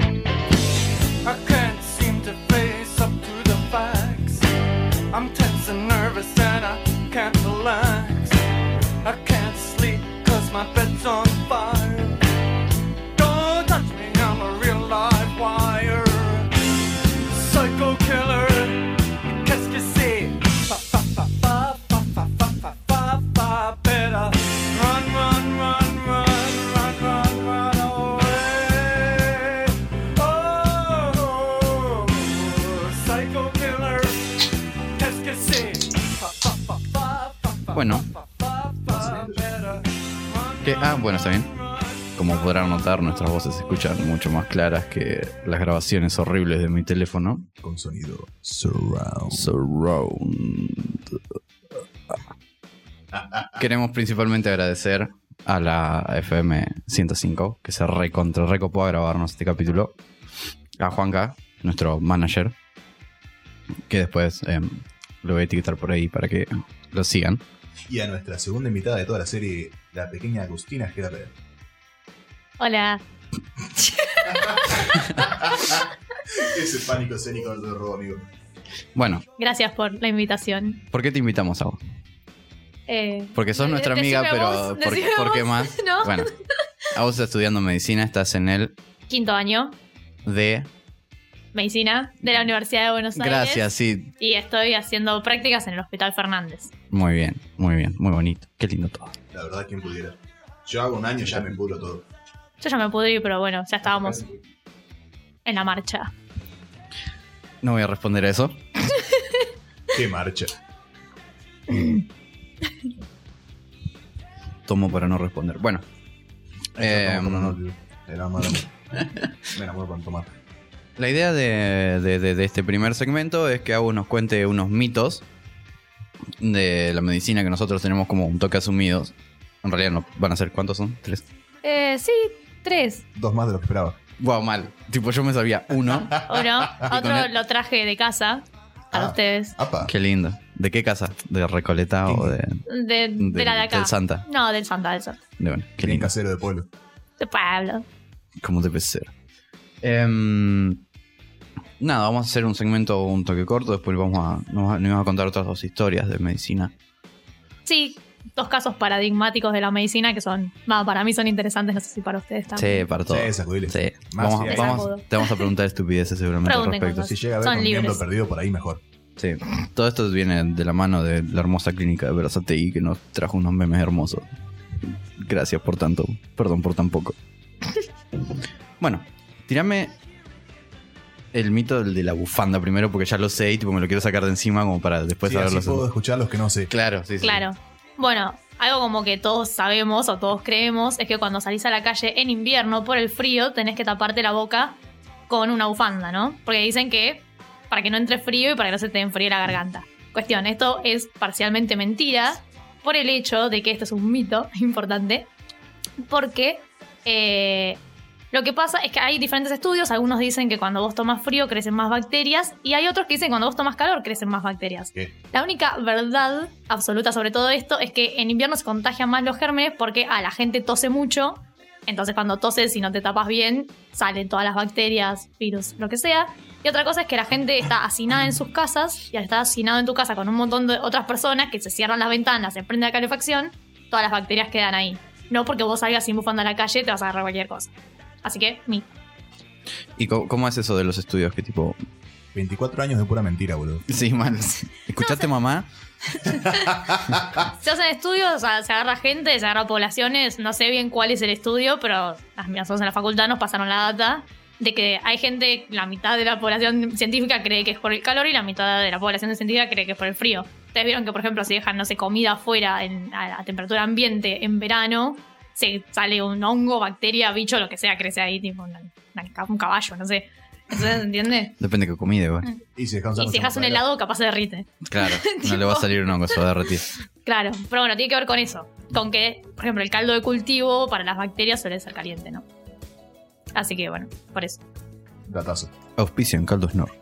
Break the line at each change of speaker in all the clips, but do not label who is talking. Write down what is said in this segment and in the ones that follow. I can't seem to face up to the facts. I'm tense and nervous and I can't relax. I can't sleep cause my bed's on fire. Don't touch me, I'm a real live wire. Psycho killer. Qu'est-ce que c'est? Fa, fa, fa, fa, fa, fa, fa, fa, fa, fa. Better run, run, run, run, run, run, run away. Oh, psycho killer. Qu'est-ce que c'est? Fa, fa, fa, fa, fa, fa,
Bueno.
fa, fa, fa. Better run,
Que- ah, bueno, está bien.
run,
Como podrán notar, nuestras voces se escuchan mucho más claras que las grabaciones horribles de mi teléfono.
Con sonido surround.
Surround. Queremos principalmente agradecer a la FM 105, que se recontra recopó a grabarnos este capítulo. A Juanca, nuestro manager, que después em, lo voy a etiquetar por ahí para que lo sigan.
Y a nuestra segunda invitada de toda la serie, la pequeña Agustina Gerber.
Hola.
Ese pánico escénico no te lo robo, amigo.
Bueno,
Gracias por la invitación.
¿por qué te invitamos a vos?
Eh,
Porque sos
de-
nuestra
decime
amiga, pero
vos,
¿por,
decime
por qué
vos,
más?
¿no?
Bueno, a vos estás estudiando medicina, estás en el
Quinto año,
de...
medicina, de la Universidad de Buenos Aires.
Gracias, sí.
Y estoy haciendo prácticas en el Hospital Fernández.
Muy bien, muy bien, muy bonito. Qué lindo todo.
La verdad, quien pudiera. Yo hago un año ya me pudro todo.
Yo ya me pude ir, pero bueno, ya estábamos en la marcha.
No voy a responder a eso.
Qué marcha.
Tomo para no responder. Bueno. Eh,
Era malo, era malo. Me enamoro por tomar.
La idea de, de- de- de este primer segmento es que Agus nos cuente unos mitos de la medicina que nosotros tenemos como un toque asumidos. En realidad no van a ser, ¿cuántos son? ¿Tres?
Eh, sí, tres.
Dos más de lo que esperaba.
Wow, mal. Tipo, yo me sabía uno.
Uno,
con
otro
el-
lo traje de casa para
Ah.
ustedes.
Apa.
Qué lindo. ¿De qué casa? ¿De Recoleta o de,
De, de
del-
la de acá.
del Santa?
No, del Santa, del Santa.
De bueno, qué
Bien
lindo.
casero de pueblo.
De Pablo.
Como debe ser. Em, nada, vamos a hacer un segmento, un toque corto. Después vamos a, nos, va- nos vamos a contar otras dos historias de medicina.
Sí, dos casos paradigmáticos de la medicina que son, bueno, para mí son interesantes, no sé si para ustedes también.
Sí, para todos.
Sí, sacudile.
Sí.
Más
Vamos,
si hay.
vamos- te vamos a preguntar estupideces seguramente al
Pregunten
respecto.
cosas.
Si llega a
Son
haber un
libres.
miembro perdido por ahí, mejor.
Sí. Todo esto viene de la mano de la hermosa clínica de Verazategui que nos trajo unos memes hermosos. Gracias por tanto. Perdón por tan poco. Bueno, tirame el mito del de la bufanda primero porque ya lo sé y tipo, me lo quiero sacar de encima como para después
Sí, así
saberlo.
puedo escuchar los que no sé.
Claro, sí, sí.
Claro. Bueno, algo como que todos sabemos o todos creemos es que cuando salís a la calle en invierno por el frío tenés que taparte la boca con una bufanda, ¿no? Porque dicen que para que no entre frío y para que no se te enfríe la garganta. Cuestión, esto es parcialmente mentira por el hecho de que este es un mito importante, porque eh, lo que pasa es que hay diferentes estudios, algunos dicen que cuando vos tomas frío crecen más bacterias y hay otros que dicen que cuando vos tomas calor crecen más bacterias.
¿Qué?
La única verdad absoluta sobre todo esto es que en invierno se contagian más los gérmenes porque a la gente tose mucho. Entonces cuando toses y no te tapas bien, salen todas las bacterias, virus, lo que sea. Y otra cosa es que la gente está hacinada en sus casas y al estar hacinado en tu casa con un montón de otras personas que se cierran las ventanas, se prende la calefacción, todas las bacterias quedan ahí. No porque vos salgas sin bufanda a la calle te vas a agarrar cualquier cosa. Así que, mi.
¿Y co- cómo, es eso de los estudios? Que tipo.
24 años de pura mentira, boludo.
Sí, mal. ¿Escuchaste, mamá?
Se hacen estudios, o sea, se agarra gente, se agarra poblaciones, no sé bien cuál es el estudio, pero las nosotros en la facultad nos pasaron la data de que hay gente, la mitad de la población científica cree que es por el calor y la mitad de la población científica cree que es por el frío. Ustedes vieron que, por ejemplo, si dejan, no sé, comida afuera en- a, a temperatura ambiente en verano, se sale un hongo, bacteria, bicho, lo que sea, crece ahí, tipo una- una- un caballo, no sé. ¿Se entiende?
Depende de qué comida, igual.
Y si dejas un,
Y si dejas un helado, capaz se derrite.
Claro, no
Tipo-
le va a salir una cosa derretida.
Claro, pero bueno, tiene que ver con eso. Con que, por ejemplo, el caldo de cultivo para las bacterias suele ser caliente, ¿no? Así que bueno, por eso.
Datazo.
Auspicio en Caldo Snor.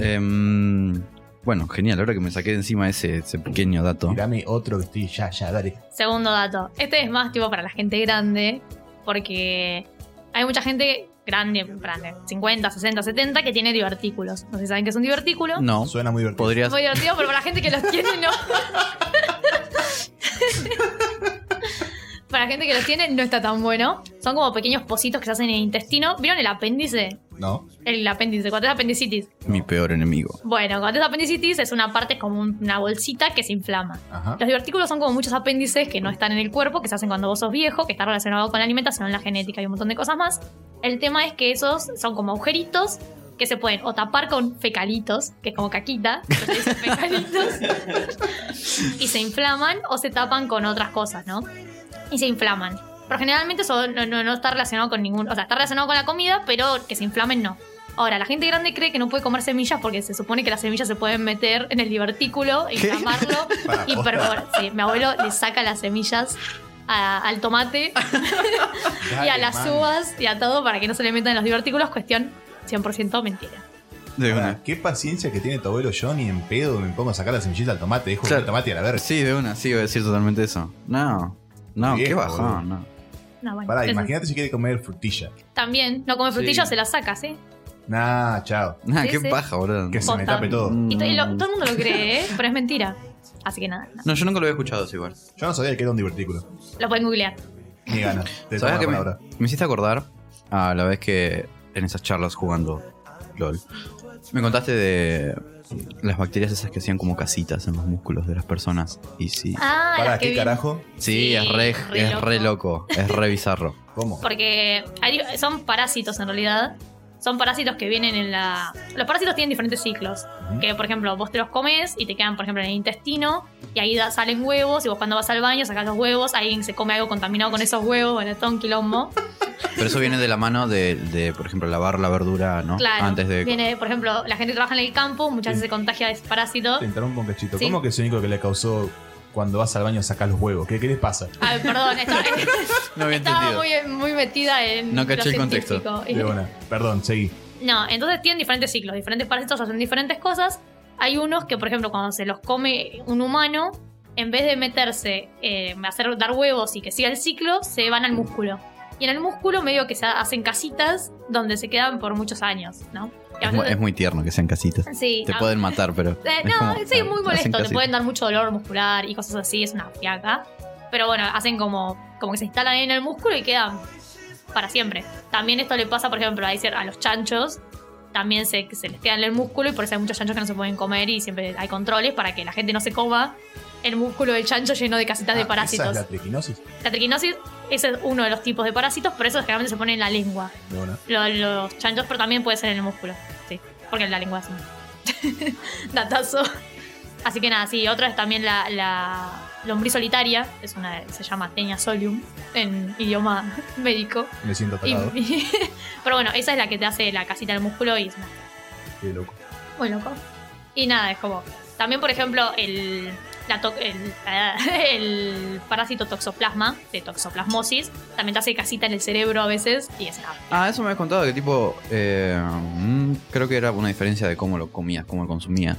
Em, bueno, genial, ahora que me saqué de encima ese, ese pequeño dato.
Tirame otro que estoy ya, ya, dale.
Segundo dato. Este es más tipo para la gente grande, porque hay mucha gente grande, grande, 50, 60, 70, que tiene divertículos. No sé si saben qué es un divertículo.
No,
Suena muy divertido.
podrías.
Es muy divertido, pero para la gente que los tiene, no. para la gente que los tiene, no está tan bueno. Son como pequeños pocitos que se hacen en el intestino. ¿Vieron el apéndice?
No,
El apéndice, cuando es apendicitis.
Mi peor enemigo.
Bueno, cuando es apendicitis es una parte como un- una bolsita que se inflama.
ajá.
Los divertículos son como muchos apéndices que no están en el cuerpo, que se hacen cuando vos sos viejo, que está relacionado con la alimentación, la genética y un montón de cosas más. El tema es que esos son como agujeritos que se pueden o tapar con fecalitos, que es como caquita, pero se dicen fecalitos, y se inflaman o se tapan con otras cosas, ¿no? Y se inflaman. Pero generalmente eso no, no- no está relacionado con ningún... O sea, está relacionado con la comida, pero que se inflamen no. Ahora, la gente grande cree que no puede comer semillas porque se supone que las semillas se pueden meter en el divertículo, inflamarlo
Para,
y
posta.
perforar. Sí, mi abuelo le saca las semillas a- al tomate y a
Dale,
las
man.
uvas y a todo para que no se le metan en los divertículos. Cuestión 100% mentira.
De
Pará, Qué paciencia que tiene tu abuelo Johnny en pedo. Me pongo a sacar la semillita al tomate. Dejo
Claro.
el tomate a la verga.
Sí, de una, sí, voy a decir totalmente eso. No, no,
Viejo,
qué bajón, no.
No, bueno,
Pará,
es-
imagínate si quiere comer frutilla.
También, no come frutillas,
Sí.
se las saca, ¿sí?
Nah, chao.
Nah,
Sí,
qué
sí.
paja, boludo.
Que se me
Posta.
tape todo.
Y, to- y lo- todo el mundo lo cree, ¿eh? pero es mentira. Así que nada, nada.
No, yo nunca lo había escuchado eso igual.
Yo no sabía que era un divertículo.
lo pueden googlear.
Ni ganas. Te tomo
¿Sabes
la
qué me,
palabra.
me hiciste acordar a la vez que en esas charlas jugando LOL me contaste de las bacterias esas que hacían como casitas en los músculos de las personas? Y sí.
Ah,
Pará,
las que
¿qué
vi.
carajo?
Sí, es re,
re
es re loco, es re bizarro.
¿Cómo?
Porque hay- son parásitos en realidad. Son parásitos que vienen en la. Los parásitos tienen diferentes ciclos.
Ujú.
Que, por ejemplo, vos te los comes y te quedan, por ejemplo, en el intestino. Y ahí da- salen huevos. Y vos cuando vas al baño sacas los huevos. Alguien se come algo contaminado con esos huevos. Bueno, es todo un quilombo.
Pero eso viene de la mano de, de, por ejemplo, lavar la verdura, ¿no?
Claro.
Antes de...
Viene, por ejemplo, la gente que trabaja en el campo. Muchas veces se contagia de ese parásito.
Te interrumpo un cachito.
Sí.
¿Cómo que es el único que le causó cuando vas al baño sacas los huevos? ¿Qué, qué les pasa?
Ay, Ah, perdón, estaba,
No había
estaba
entendido.
muy, muy metida en.
No caché
lo
el contexto.
científico.
De una. Perdón, seguí.
No, entonces tienen diferentes ciclos, diferentes parásitos hacen diferentes cosas. Hay unos que, por ejemplo, cuando se los come un humano, en vez de meterse, eh, hacer dar huevos y que siga el ciclo, se van al músculo. Y en el músculo medio que se hacen casitas donde se quedan por muchos años, ¿no? Y a
Es, mu-
veces-
es muy tierno que sean casitas.
sí,
Te
a-
pueden matar, pero...
eh,
es
no,
como- ah,
sí, muy
hacen
molesto. Te
casitas.
pueden dar mucho dolor muscular y cosas así. Es una fiaca. Pero bueno, hacen como, como que se instalan ahí en el músculo y quedan para siempre. También esto le pasa, por ejemplo, a, decir, a los chanchos. También se, que se les queda en el músculo y por eso hay muchos chanchos que no se pueden comer y siempre hay controles para que la gente no se coma el músculo del chancho lleno de casitas de
Ah, ¿Esa
parásitos.
es la
La...
triquinosis?
triquinosis ese es uno de los tipos de parásitos, pero eso generalmente se pone en la lengua.
De una.
Lo- los chanchos, pero también puede ser en el músculo. Sí, porque en la lengua sí. Datazo. Así que nada, sí, otra es también la, la lombriz solitaria, es una, se llama Tenia solium en idioma médico.
Me siento
Y-
atacado.
y- pero bueno, esa es la que te hace la casita del músculo y es una-
Qué loco.
muy loco. Y nada, es como. También, por ejemplo, el, la to- el, el parásito toxoplasma, de toxoplasmosis, también te hace casita en el cerebro a veces y es una
Ah, eso me habías contado, que tipo... eh, mm, creo que era una diferencia de cómo lo comías, cómo lo consumías.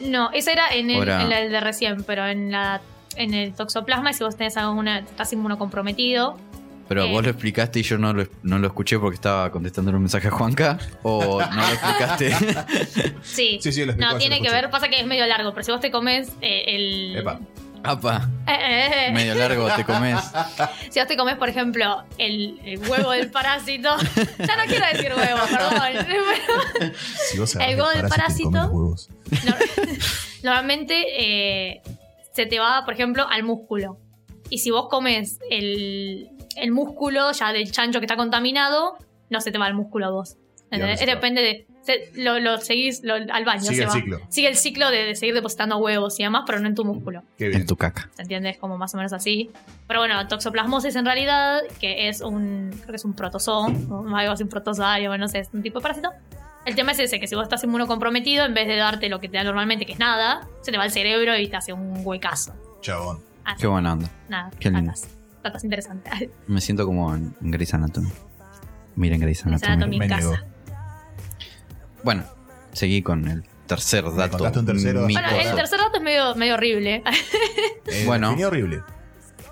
No, esa era en el,
Ahora-
en la de recién, pero en la en el toxoplasma, si vos tenés alguna, estás inmunocomprometido.
Pero
Eh.
vos lo explicaste y yo no lo, no lo escuché porque estaba contestando un mensaje a Juanca. ¿O no lo explicaste?
Sí.
Sí, sí, lo explicó,
no,
yo
tiene
lo
que
escuché.
ver, pasa que es medio largo, pero si vos te comes eh, el.
Epa.
Apa,
Eh, eh, eh,
medio largo, te comes.
Si vos te comes, por ejemplo, el, el huevo del parásito. ya no quiero decir huevo, perdón.
Si vos
El
agarrás
huevo del
y comés
parásito.
huevos.
No- Normalmente eh, se te va, por ejemplo, al músculo. Y si vos comes el, el músculo ya del chancho que está contaminado, no se te va el músculo a vos.
¿Y dónde
¿Entendés?
se va?
Depende de. se- lo, lo seguís lo- al baño.
Sigue
se
el
va.
ciclo.
Sigue el ciclo de, de seguir depositando huevos y demás, pero no en tu músculo.
Qué bien.
En tu caca.
¿Se entiende? Es como más o menos así. Pero bueno, toxoplasmosis en realidad, que es un. Creo que es un protozoo, o algo así, un protozoario, bueno, no sé, es un tipo de parásito. El tema es ese, que si vos estás inmunocomprometido, en vez de darte lo que te da normalmente, que es nada, se te va el cerebro y te hace un huecazo.
Chabón.
Así,
Qué buena onda.
Nada,
qué lindo.
datas. Datas interesantes.
Me siento como en en Grey's Anatomy. Miren Grey's
Grey's
Anatomy.
Anatomy. Mi
Me
casa.
negó.
Bueno, seguí con el tercer dato.
contaste un tercero.
mico.
Bueno, el
Nicolás.
tercer dato es medio, medio horrible.
Eh,
Bueno.
definí horrible.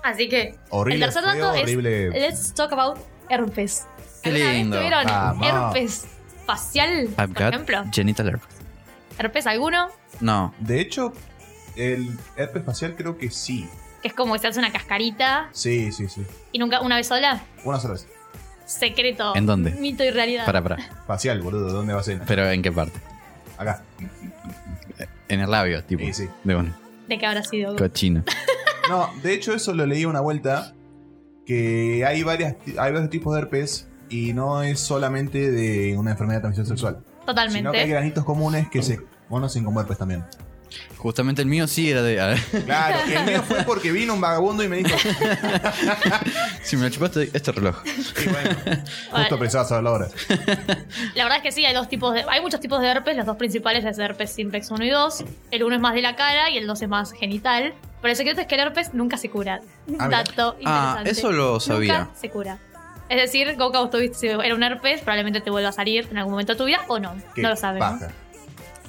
Así que
Horrible.
el tercer
feo,
dato es
horrible.
Let's talk about herpes.
Eh. Qué
¿Alguna vez
lindo.
tuvieron
Vamos.
herpes facial,
I've
por
got
ejemplo?
genital herpes.
¿Herpes alguno?
No,
De hecho, el herpes facial creo que sí.
Que es como que se hace una cascarita
Sí, sí, sí.
y nunca una vez sola.
Una sola vez.
Secreto.
¿En dónde?
Mito y realidad.
para, para.
Facial, boludo. ¿Dónde va a ser?
Pero ¿en qué parte?
Acá.
En el labio, tipo.
Sí, sí.
De una.
¿De qué habrá sido?
Cochino.
No, de hecho eso lo leí una vuelta, que hay, varias, hay varios tipos de herpes y no es solamente de una enfermedad de transmisión sexual, sino que hay
Totalmente.
granitos comunes que se conocen como herpes también.
Justamente el mío sí era de.
Claro, el mío fue porque vino un vagabundo y me dijo,
si me lo chupaste, este reloj.
"Sí, bueno, justo pensaba saberlo ahora.
La verdad es que sí, hay dos tipos de. Hay muchos tipos de herpes, los dos principales es herpes simplex 1 y 2. El uno es más de la cara y el dos es más genital. Pero el secreto es que el herpes nunca se cura.
Ah, mira.
Dato
Ah,
interesante.
eso lo sabía.
Nunca se cura. Es decir, Goka, vos tuviste era un herpes, probablemente te vuelva a salir en algún momento de tu vida o no.
Qué
No lo sabes. ¿no?
paja.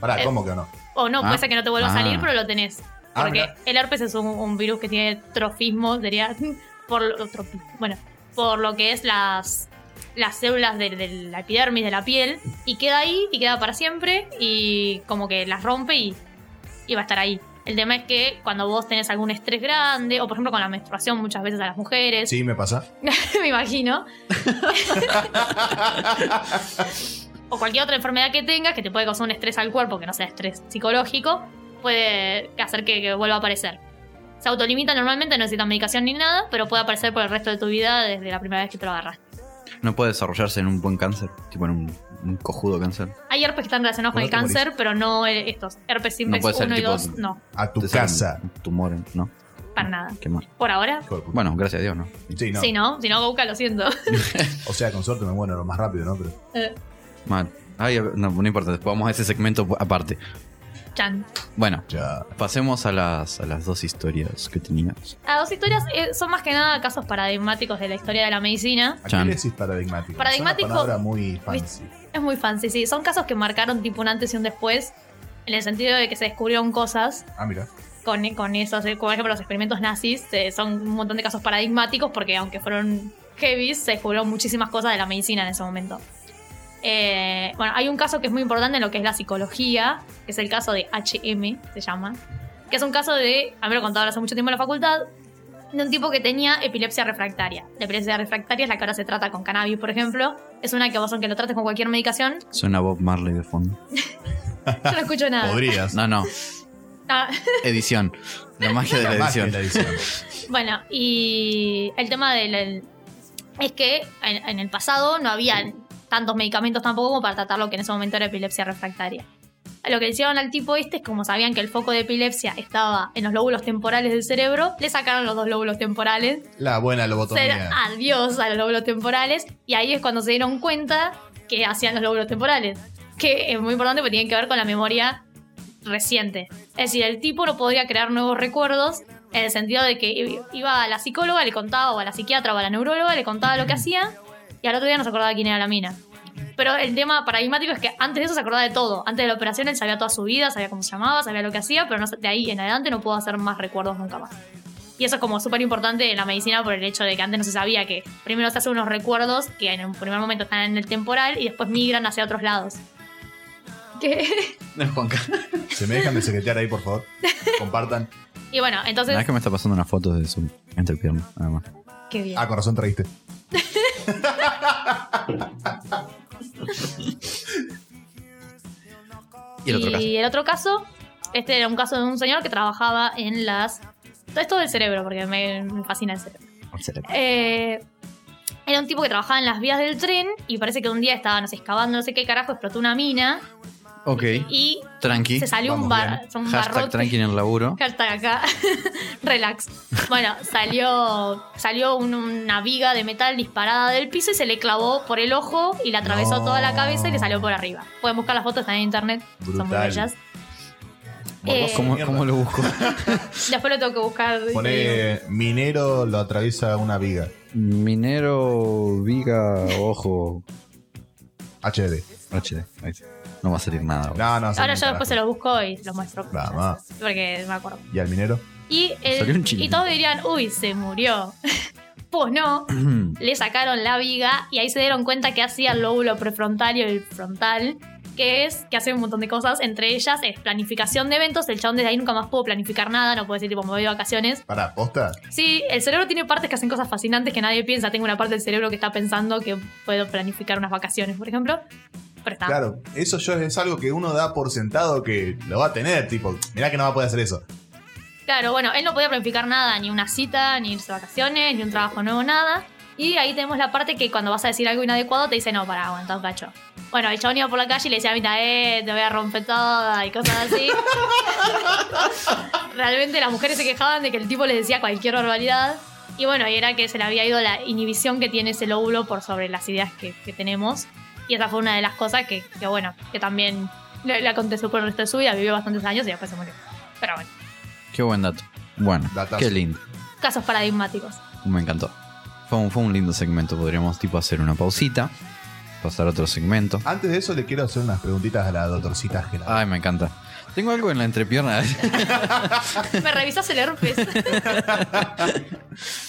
Pará,
Eh,
¿cómo que no?
O no,
Ah.
puede ser que no te vuelva a salir,
Ah.
pero lo tenés.
Ah,
Porque
mirá.
el herpes es un, un virus que tiene trofismo, sería por lo, trofi- bueno, por lo que es las las células de, de la epidermis de la piel y queda ahí y queda para siempre y como que las rompe y, y va a estar ahí. El tema es que cuando vos tenés algún estrés grande o por ejemplo con la menstruación muchas veces a las mujeres,
Sí, me pasa.
me imagino. o cualquier otra enfermedad que tengas que te puede causar un estrés al cuerpo, que no sea estrés psicológico, puede hacer que, que vuelva a aparecer. Se autolimita normalmente, no necesitan medicación ni nada, pero puede aparecer por el resto de tu vida desde la primera vez que te lo agarras.
No puede desarrollarse en un buen cáncer, tipo en un, un cojudo cáncer.
Hay herpes que están relacionados con
Bueno,
el
te morís.
cáncer, pero no eh, estos. Herpes simplex
puede ser
1 y
tipo-
2, no,
A tu
Te sacan
casa.
Un tumor, ¿no?
para nada.
Qué mal.
Por ahora,
hijo de puta.
Bueno, gracias a Dios, ¿no?
Sí, no.
si no, si no, Gauca, lo siento.
O sea, con suerte me muero lo más rápido, ¿no? Pero
Mal. Ay, no, no importa, después vamos a ese segmento aparte.
Chan.
Bueno,
ya...
pasemos a las, a las dos historias que teníamos.
Las dos historias eh, son más que nada casos paradigmáticos de la historia de la medicina.
¿A qué
Chan.
le decís paradigmático?
Paradigmático-
Es una palabra muy fancy.
Es muy fancy, sí. Son casos que marcaron tipo un antes y un después, en el sentido de que se descubrieron cosas
Ah, mira.
con, con esos, eh, por ejemplo, los experimentos nazis, eh, son un montón de casos paradigmáticos porque aunque fueron heavy, se descubrieron muchísimas cosas de la medicina en ese momento. Eh, bueno, hay un caso que es muy importante en lo que es la psicología, que es el caso de HM, se llama, que es un caso de, a mí me lo contaron hace mucho tiempo en la facultad, de un tipo que tenía epilepsia refractaria. La epilepsia refractaria es la que ahora se trata con cannabis, por ejemplo. Es una que vos, aunque lo trates con cualquier medicación,
Suena Bob Marley de fondo.
yo no escucho nada.
Podrías.
No, no,
Ah,
edición. La magia de
La
la
magia de
edición.
la edición.
bueno, y el tema del. el- es que en, en el pasado no había tantos medicamentos tampoco como para tratar lo que en ese momento era epilepsia refractaria. Lo que le hicieron al tipo este es como sabían que el foco de epilepsia estaba en los lóbulos temporales del cerebro, le sacaron los dos lóbulos temporales
La buena lobotomía.
ser adiós a los lóbulos temporales. Y ahí es cuando se dieron cuenta que hacían los lóbulos temporales. Que es muy importante porque tiene que ver con la memoria reciente. Es decir, el tipo no podía crear nuevos recuerdos en el sentido de que i- iba a la psicóloga, le contaba, o a la psiquiatra o a la neuróloga, le contaba lo que hacía y al otro día no se acordaba quién era la mina. Pero el tema paradigmático es que antes de eso se acordaba de todo. Antes de la operación él sabía toda su vida, sabía cómo se llamaba, sabía lo que hacía, pero no, se- de ahí en adelante no pudo hacer más recuerdos nunca más. Y eso es como súper importante en la medicina por el hecho de que antes no se sabía que primero se hacen unos recuerdos que en un primer momento están en el temporal y después migran hacia otros lados. Que-
Juanca.
¿Se me dejan de secretear ahí, por favor? Compartan.
Y bueno,
La
entonces...
verdad que me está pasando una foto de su entrepierna, nada más.
Qué bien.
Ah, con razón traíste.
Y el otro caso.
Y el otro caso, este era un caso de un señor que trabajaba en las... Todo esto del cerebro, porque me- me fascina el cerebro. Eh, era un tipo que trabajaba en las vías del tren y parece que un día estaba, no sé, excavando, no sé qué carajo, explotó una mina
Ok.
Y
Tranqui.
se salió un,
vamos
bar, un
Hashtag
barrote.
tranqui en el laburo.
Hashtag acá. Relax. Bueno, salió, salió un- una viga de metal disparada del piso y se le clavó por el ojo y le atravesó
No.
toda la cabeza y le salió por arriba. Pueden buscar las fotos, están en internet. Son muy
Brutal.
bellas.
Bueno,
Eh,
¿Cómo,
Mierda.
cómo lo busco?
Después lo tengo que buscar. y te digo.
Pone minero, lo atraviesa una viga.
Minero, viga, ojo.
HD.
HD. Ahí está. No va a salir nada. ahora.
No, no,
Ahora
sale
yo
un
después se
carajo.
los busco y se los muestro.
Vamos.
Porque me acuerdo.
¿Y al minero?
Y, el-
Salió un chino.
y todos dirían, uy, se murió. pues no. le sacaron la viga y ahí se dieron cuenta que hacía el lóbulo prefrontal y el frontal, que es que hace un montón de cosas, entre ellas es planificación de eventos, el chabón desde ahí nunca más pudo planificar nada, no puede decir tipo me voy de vacaciones.
Para, posta.
Sí, el cerebro tiene partes que hacen cosas fascinantes que nadie piensa, tengo una parte del cerebro que está pensando que puedo planificar unas vacaciones, por ejemplo, pero está.
Claro, eso yo es algo que uno da por sentado que lo va a tener. Tipo, mirá que no va a poder hacer eso.
Claro, bueno, él no podía planificar nada, ni una cita, ni irse de vacaciones, ni un trabajo nuevo, nada. Y ahí tenemos la parte que cuando vas a decir algo inadecuado te dice, no, pará, aguantá un cacho. Bueno, el chabón iba por la calle y le decía, mira, eh, te voy a romper toda y cosas así. Realmente las mujeres se quejaban de que el tipo les decía cualquier barbaridad. Y bueno, y era que se le había ido la inhibición que tiene ese lóbulo por sobre las ideas que, que tenemos. Y esa fue una de las cosas que, que, bueno, que también le, le aconteció por el resto de su vida. Vivió bastantes años y después se murió. Pero bueno,
Qué buen dato. Bueno,
Datazo.
qué lindo.
casos paradigmáticos.
Me encantó. Fue un, fue un lindo segmento. Podríamos tipo hacer una pausita, pasar a otro segmento.
Antes de eso, le quiero hacer unas preguntitas a la doctorcita Gerardo.
Ay, me encanta. Tengo algo en la entrepierna.
Me revisas el herpes.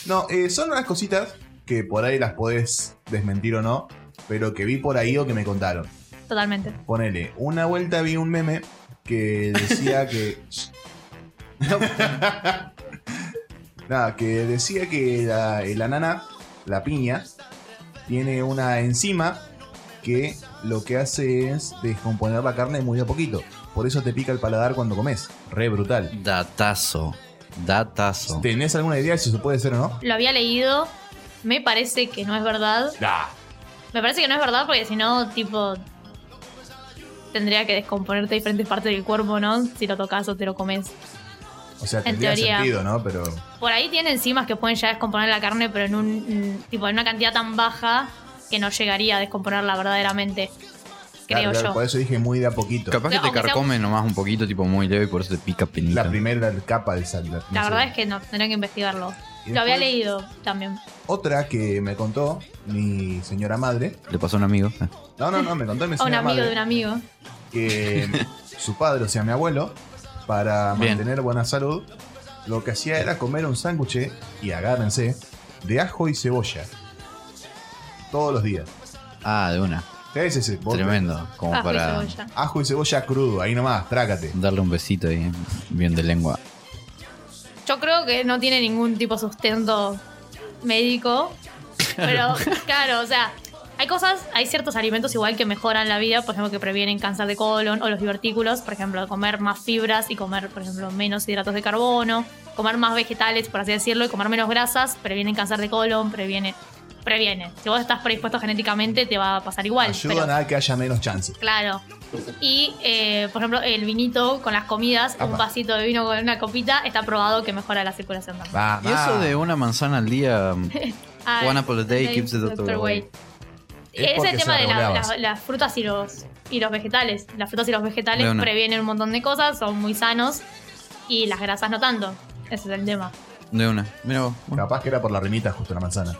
No, eh, son unas cositas que por ahí las podés desmentir o no, pero que vi por ahí o que me contaron.
Totalmente.
Ponele, una vuelta vi un meme que decía que. Nada, que decía que la, el ananá, la piña, tiene una enzima que lo que hace es descomponer la carne muy a poquito. Por eso te pica el paladar cuando comes. Re brutal.
Datazo. Datazo.
¿Tenés alguna idea de si se puede hacer o no?
Lo había leído. Me parece que no es verdad.
Nah.
Me parece que no es verdad porque si no, tipo. Tendría que descomponerte diferentes partes del cuerpo, ¿no? Si lo tocas o te lo comes.
O sea,
En
tendría
teoría.
sentido, ¿no? Pero.
Por ahí tiene enzimas que pueden ya descomponer la carne, pero en un. mm, tipo, en una cantidad tan baja que no llegaría a descomponerla verdaderamente. Creo
Claro, claro,
yo.
Por eso dije muy de a poquito.
Capaz que
No,
te
aunque sea
carcome nomás un poquito, tipo muy leve, y por eso te pica penita.
La primera capa de sal.
La verdad es que no, tendría que investigarlo.
Y
Lo había
después-
leído también.
Otra que me contó mi señora madre.
Le pasó a un amigo.
No, no, no, me contó mi
A un
señora
amigo
madre.
de un amigo.
Que su padre, o sea, mi abuelo, para
Bien.
mantener buena salud, lo que hacía era comer un sándwich, y agárrense, de ajo y cebolla. Todos los días.
Ah, de una.
Sí, sí, sí, vos-
Tremendo. Como
Ajo y
para
cebolla.
Ajo y cebolla crudo, ahí nomás, trácate.
darle un besito ahí, bien de lengua.
Yo creo que no tiene ningún tipo de sustento médico. Pero claro, o sea, hay cosas, hay ciertos alimentos igual que mejoran la vida, por ejemplo, que previenen cáncer de colon o los divertículos, por ejemplo, comer más fibras y comer, por ejemplo, menos hidratos de carbono, comer más vegetales, por así decirlo, y comer menos grasas, previenen cáncer de colon, previene, previene. Si vos estás predispuesto genéticamente, te va a pasar igual. pero-
Ayudan a que haya menos chance.
Claro. Y, eh, por ejemplo, el vinito con las comidas, un
Apa.
vasito de vino con una copita, está probado que mejora la circulación también.
Va,
Y eso
va.
de una manzana al día,
Ah,
one apple a day
day
keeps the doctor away.
Es
Ese
porque se
tema de la-
revoleabas.
la- las frutas y los, y los vegetales. Las frutas y los vegetales
De una.
previenen un montón de cosas, son muy sanos y las grasas no tanto. Ese es el tema.
De una. Mira vos. Bueno,
Capaz que era por la rimita justo la manzana.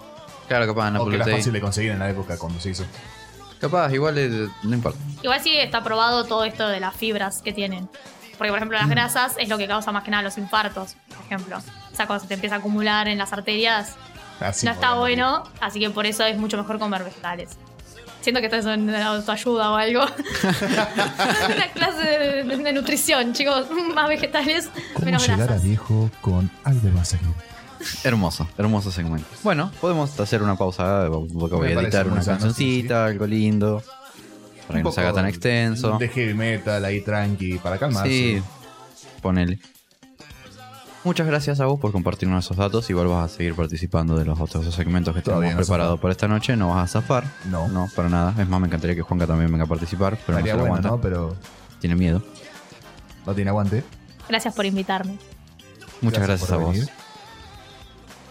Claro, capaz, una
o que
apple a
era
day.
fácil de conseguir en la época cuando se hizo.
Capaz, igual eh, no importa.
Igual sí está probado todo esto de las fibras que tienen. Porque, por ejemplo, las grasas es lo que causa más que nada los infartos, por ejemplo. O sea, cuando se te empieza a acumular en las arterias,
Así
no está
podemos morir.
bueno, así que por eso es mucho mejor comer vegetales. Siento que esto es una autoayuda o algo. una clase de, de- de nutrición, chicos. Más vegetales, menos grasas.
viejo con algo más aquí?
Hermoso, hermoso segmento. Bueno, podemos hacer una pausa, porque voy a
parece
editar
muy
una
sano,
cancioncita, algo lindo, para que no se haga tan extenso.
De heavy metal ahí tranqui, para calmarse.
Sí, ponele. Muchas gracias a vos por compartirnos esos datos. Igual vas a seguir participando de los otros dos segmentos que
Todavía
tenemos
no
preparados para esta noche. No vas a zafar.
No.
No, para nada. Es más, me encantaría que Juanca también venga a participar, pero
Estaría
no se lo
bueno,
aguanta.
¿no? Pero
tiene miedo.
No tiene aguante.
Gracias por invitarme.
Muchas
Gracias
gracias,
por
a vos.
venir.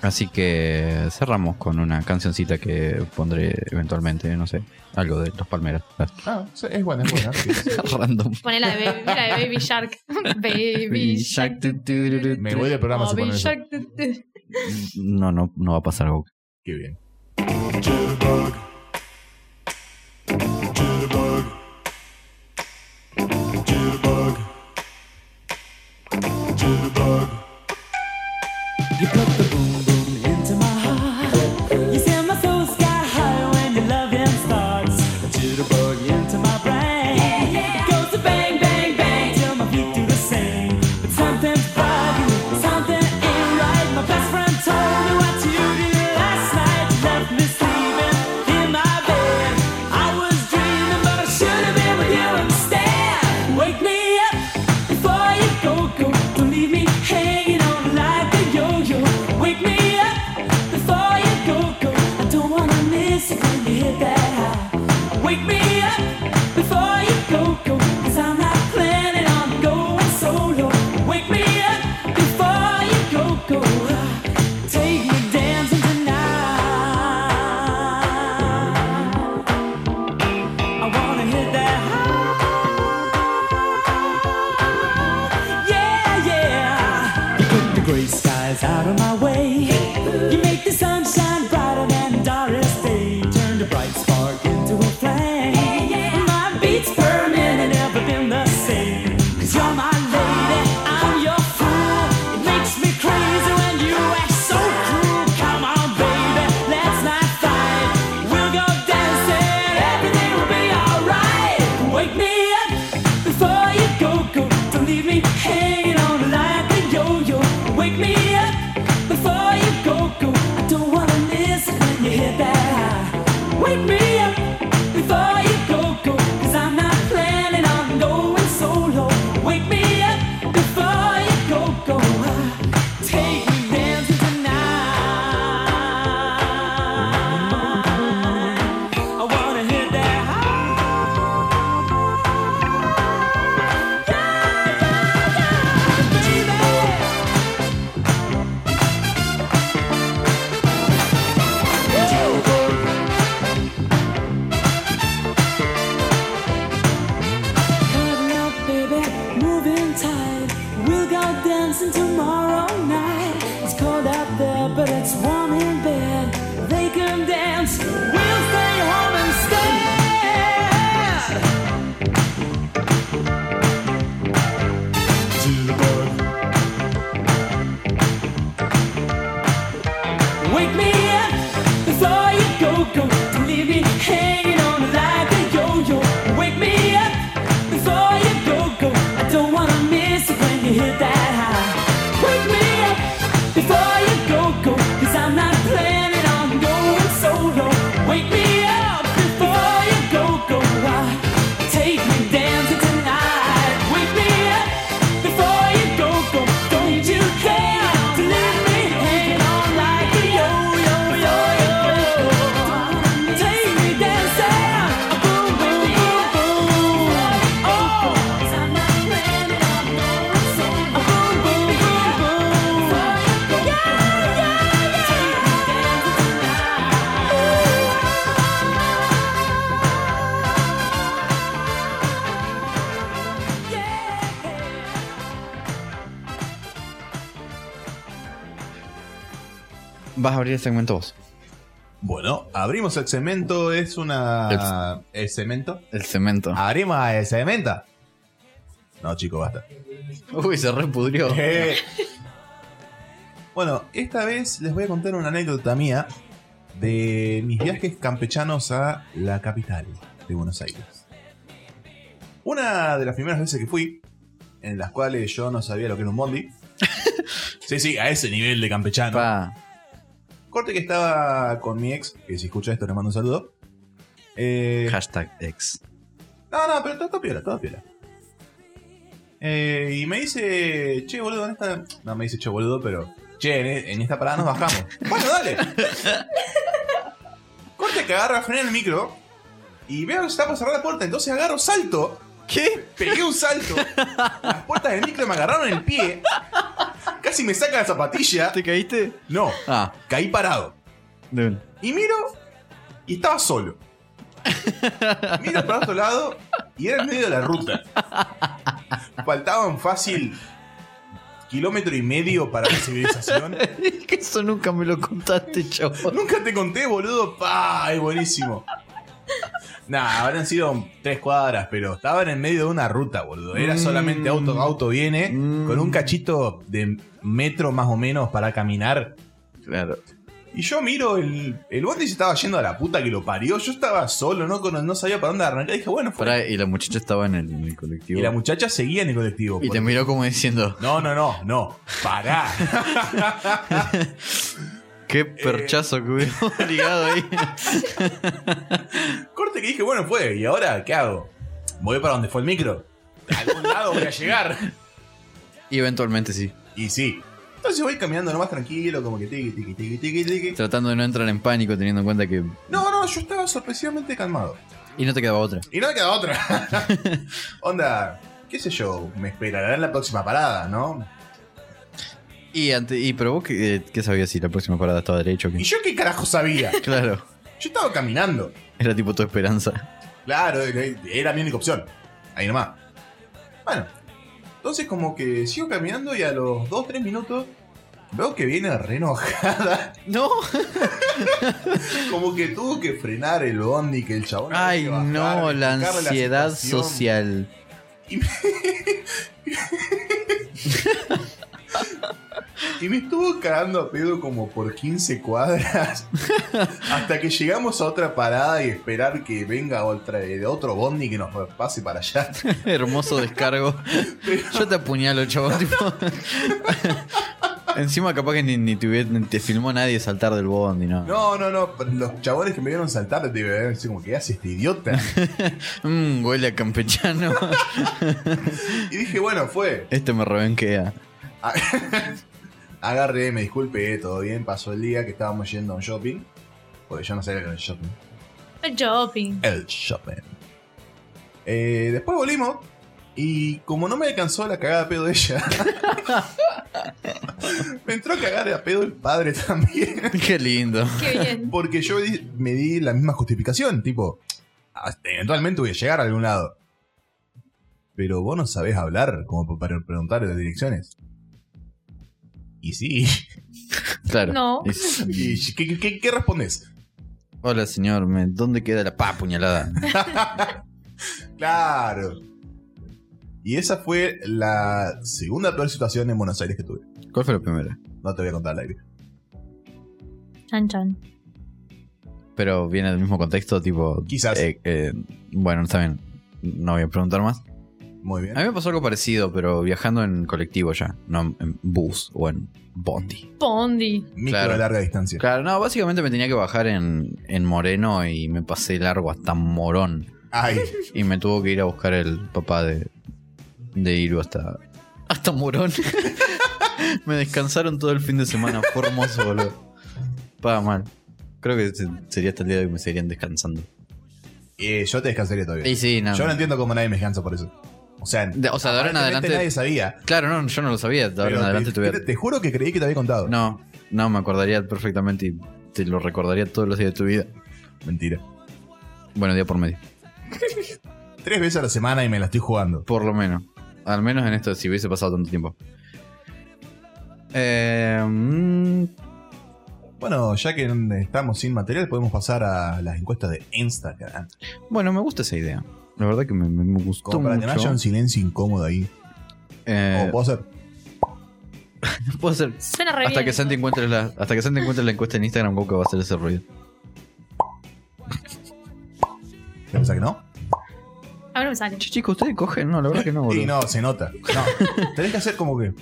Así que cerramos con una cancioncita que pondré eventualmente, no sé, algo de Los Palmeras.
Ah, sí, es buena, es buena. sí, sí.
Random.
Poné la de Baby, la de Baby Shark. Baby Shark. tu, tu, tu, tu.
Me vuelve el programa si
Baby
ponen eso.
Shark. tu, tu.
No, no, no va a pasar algo.
Qué bien.
Jitterbug. Jitterbug. Jitterbug. Jitterbug.
You put the boom boom into my heart. You send my soul sky high when your loving starts. A jitterbug into my brain. It goes to bang bang bang till my feet do the same. But something's bugging, something ain't right. My best friend told me what you did last night. You left me sleeping in my bed. I was dreaming, but I should have been with you instead. Wake me up before you go go. Don't leave me hanging on like a yo-yo. Wake me up before you go go. I don't wanna miss it when you hit that high. Wake me up before you go go. Cause I'm not planning on going solo. Wake me up before you go go. Take me dancing tonight. I wanna hit that high. yeah, yeah. You put the gray skies out of my way. You make the sunshine brighter than Doris Day. Turned a bright spark into a flame. My beats per minute never been the same. Cause you're my lady, I'm your fool. It makes me crazy when you act so cruel. Come on, baby, let's not fight. We'll go dancing, everything will be alright. Wake me up before you go, go. Don't leave me hanging on like a yo-yo. Wake me up before you go, go. I don't wanna miss it when you hit that high. Wake me up before you go, go. Cause I'm not planning on going solo. Wake me up before you go, go. Take me dancing tonight. I wanna hit that high. Tomorrow night, it's cold out there, but it's warm in bed. They can dance, we'll stay home instead. Wake me up before you go go. Don't leave me hanging on like a yo-yo. Wake me up before you go go. I don't wanna miss it when you hit that high. Wake me up before you go go. Cause I'm not planning on going solo. Wake me up before you go go. I- Take me dancing tonight. Wake me up before you go go. Don't you care to let me hang on like a yo yo yo yo? Take me dancing, boom boom boom boom. Oh, boom boom boom boom. Yeah yeah yeah.
Vas a abrir el segmento vos.
Bueno, abrimos el cemento. Es una. ¿El cemento?
El cemento.
Abrimos el cemento. No, chico, basta.
Uy, se repudrió.
Eh. Bueno, esta vez les voy a contar una anécdota mía de mis viajes campechanos a la capital de Buenos Aires. Una de las primeras veces que fui, en las cuales yo no sabía lo que era un bondi. Sí, sí, a ese nivel de campechano.
Pa.
Corte que estaba con mi ex, que si escucha esto le mando un saludo. Eh,
Hashtag ex.
no, no, pero todo, todo piola, todo piola. Eh, y me dice, che, boludo, en esta. No me dice che, boludo, pero. Che, en, e- en esta parada nos bajamos. bueno, dale. Corte que agarra frena el micro. Y veo que se está por cerrar la puerta. Entonces agarro, salto.
¿Qué?
Pegué un salto. Las puertas del micro me agarraron el pie. Casi me sacan la zapatilla.
¿Te caíste?
No,
Ah,
caí parado.
de una.
Y miro y estaba solo. Miro para otro lado y era en medio de la ruta. Faltaban fácil kilómetro y medio para la civilización.
Es que eso nunca me lo contaste, chavo.
Nunca te conté, boludo. ¡Pah! Es buenísimo. Nah, habrán sido tres cuadras, pero estaban en medio de una ruta, boludo. Era
Mm.
solamente auto, auto viene,
Mm.
con un cachito de metro más o menos para caminar.
Claro.
Y yo miro, el, el bondi se estaba yendo a la puta que lo parió. Yo estaba solo, no, Con- no sabía para dónde arrancar. Dije, bueno, fue.
Pará, y la muchacha estaba en el, en el colectivo.
Y la muchacha seguía en el colectivo.
Y te
porque-
miró como diciendo,
No, no, no, no. Pará.
qué perchazo que hubiéramos ligado ahí.
Corte que dije, bueno, fue. ¿Y ahora qué hago? Voy para donde fue el micro. A algún lado voy a llegar.
Y eventualmente sí.
Y sí. Entonces voy caminando nomás tranquilo, como que tiqui, tiqui, tiqui, tiqui, tiqui.
Tratando de no entrar en pánico, teniendo en cuenta que.
No, no, yo estaba sorpresivamente calmado.
Y no te quedaba otra.
Y no me queda otra. Onda, qué sé yo, me esperará en la próxima parada, ¿no?
Y, ante, y pero vos, ¿qué, eh, qué sabías si la próxima parada estaba derecho o qué?
¿Y yo qué carajo sabía?
Claro,
Yo estaba caminando.
era tipo tu esperanza.
Claro, era mi única opción. Ahí nomás. Bueno, entonces como que sigo caminando y a los 2-3 minutos veo que viene re enojada.
¡No!
Como que tuvo que frenar el bondi que el chabón. había
¡Ay,
que bajar,
no! La
explicarle
ansiedad
situación.
social.
Y me estuvo cagando a pedo como por 15 cuadras. hasta que llegamos a otra parada y esperar que venga otra, el otro bondi que nos pase para allá.
Hermoso descargo. Yo te apuñalo, chabón. tipo. Encima, capaz que ni, ni te, hubiera- ni te filmó nadie saltar del bondi, ¿no?
No, no, no. Los chabones que me vieron saltar, te iban a decir como, ¿qué hace este idiota?
Mm, huele a campechano.
Y dije, bueno, fue.
este me rebenquea.
Agarré, me disculpe, todo bien. Pasó el día que estábamos yendo a un shopping. Porque yo no sabía que era el shopping.
El shopping.
El shopping. Eh, después volvimos. Y como no me alcanzó la cagada a pedo de ella, me entró a cagar a pedo el padre también.
Qué lindo.
Qué bien.
Porque yo di- me di la misma justificación, tipo, "Ah, eventualmente voy a llegar a algún lado. Pero vos no sabés hablar como para preguntar de direcciones. Y sí.
Claro.
No.
Es-
¿Y qué, qué- qué- qué respondes?
Hola, señor. me- ¿Dónde queda la pa puñalada?
Claro. Y esa fue la segunda peor situación en Buenos Aires que tuve.
¿Cuál fue la primera?
No te voy a contar al aire.
Chan chan.
Pero viene del mismo contexto, tipo.
Quizás.
eh, eh, bueno, está bien. No voy a preguntar más.
Muy bien.
A mí me pasó algo parecido, pero viajando en colectivo ya. No en bus o en bondi.
Pondi.
Micro
claro.
de larga distancia.
Claro, no, básicamente me tenía que bajar en, en Moreno y me pasé largo hasta Morón.
Ay,
Y me tuvo que ir a buscar el papá de, de Iru hasta, hasta Morón. me descansaron todo el fin de semana. Fue hermoso, boludo. Paga mal. Creo que se- sería hasta el día de hoy que me seguirían descansando.
eh, yo te descansaría todavía.
Y sí, no.
Yo no entiendo cómo nadie me descansa por eso. O sea,
De- o sea, de ahora en
aparentemente
adelante-
nadie sabía.
Claro, no, yo no lo sabía. De ahora
Pero
en adelante
te,
tuviera.
te- te juro que creí que te había contado.
No, no, me acordaría perfectamente y te lo recordaría todos los días de tu vida.
Mentira.
Bueno, día por medio.
Tres veces a la semana y me la estoy jugando.
Por lo menos. Al menos en esto, si hubiese pasado tanto tiempo. Eh, mm,
Bueno, ya que estamos sin material, podemos pasar a las encuestas de Instagram.
bueno, me gusta esa idea. La verdad que me, me- me gustó
Como para que no
mucho.
haya un silencio incómodo ahí.
Eh,
O puedo hacer.
puede ser.
Suena re
Hasta
bien.
que, Santi encuentre la, hasta que Santi encuentre la encuesta en Instagram, Coca va a hacer ese ruido.
¿Te pensás que no?
A mí no me sale.
Che, chicos, ¿ustedes cogen? No, la verdad que no, boludo.
Y no, se nota. No. Tenés que hacer como que.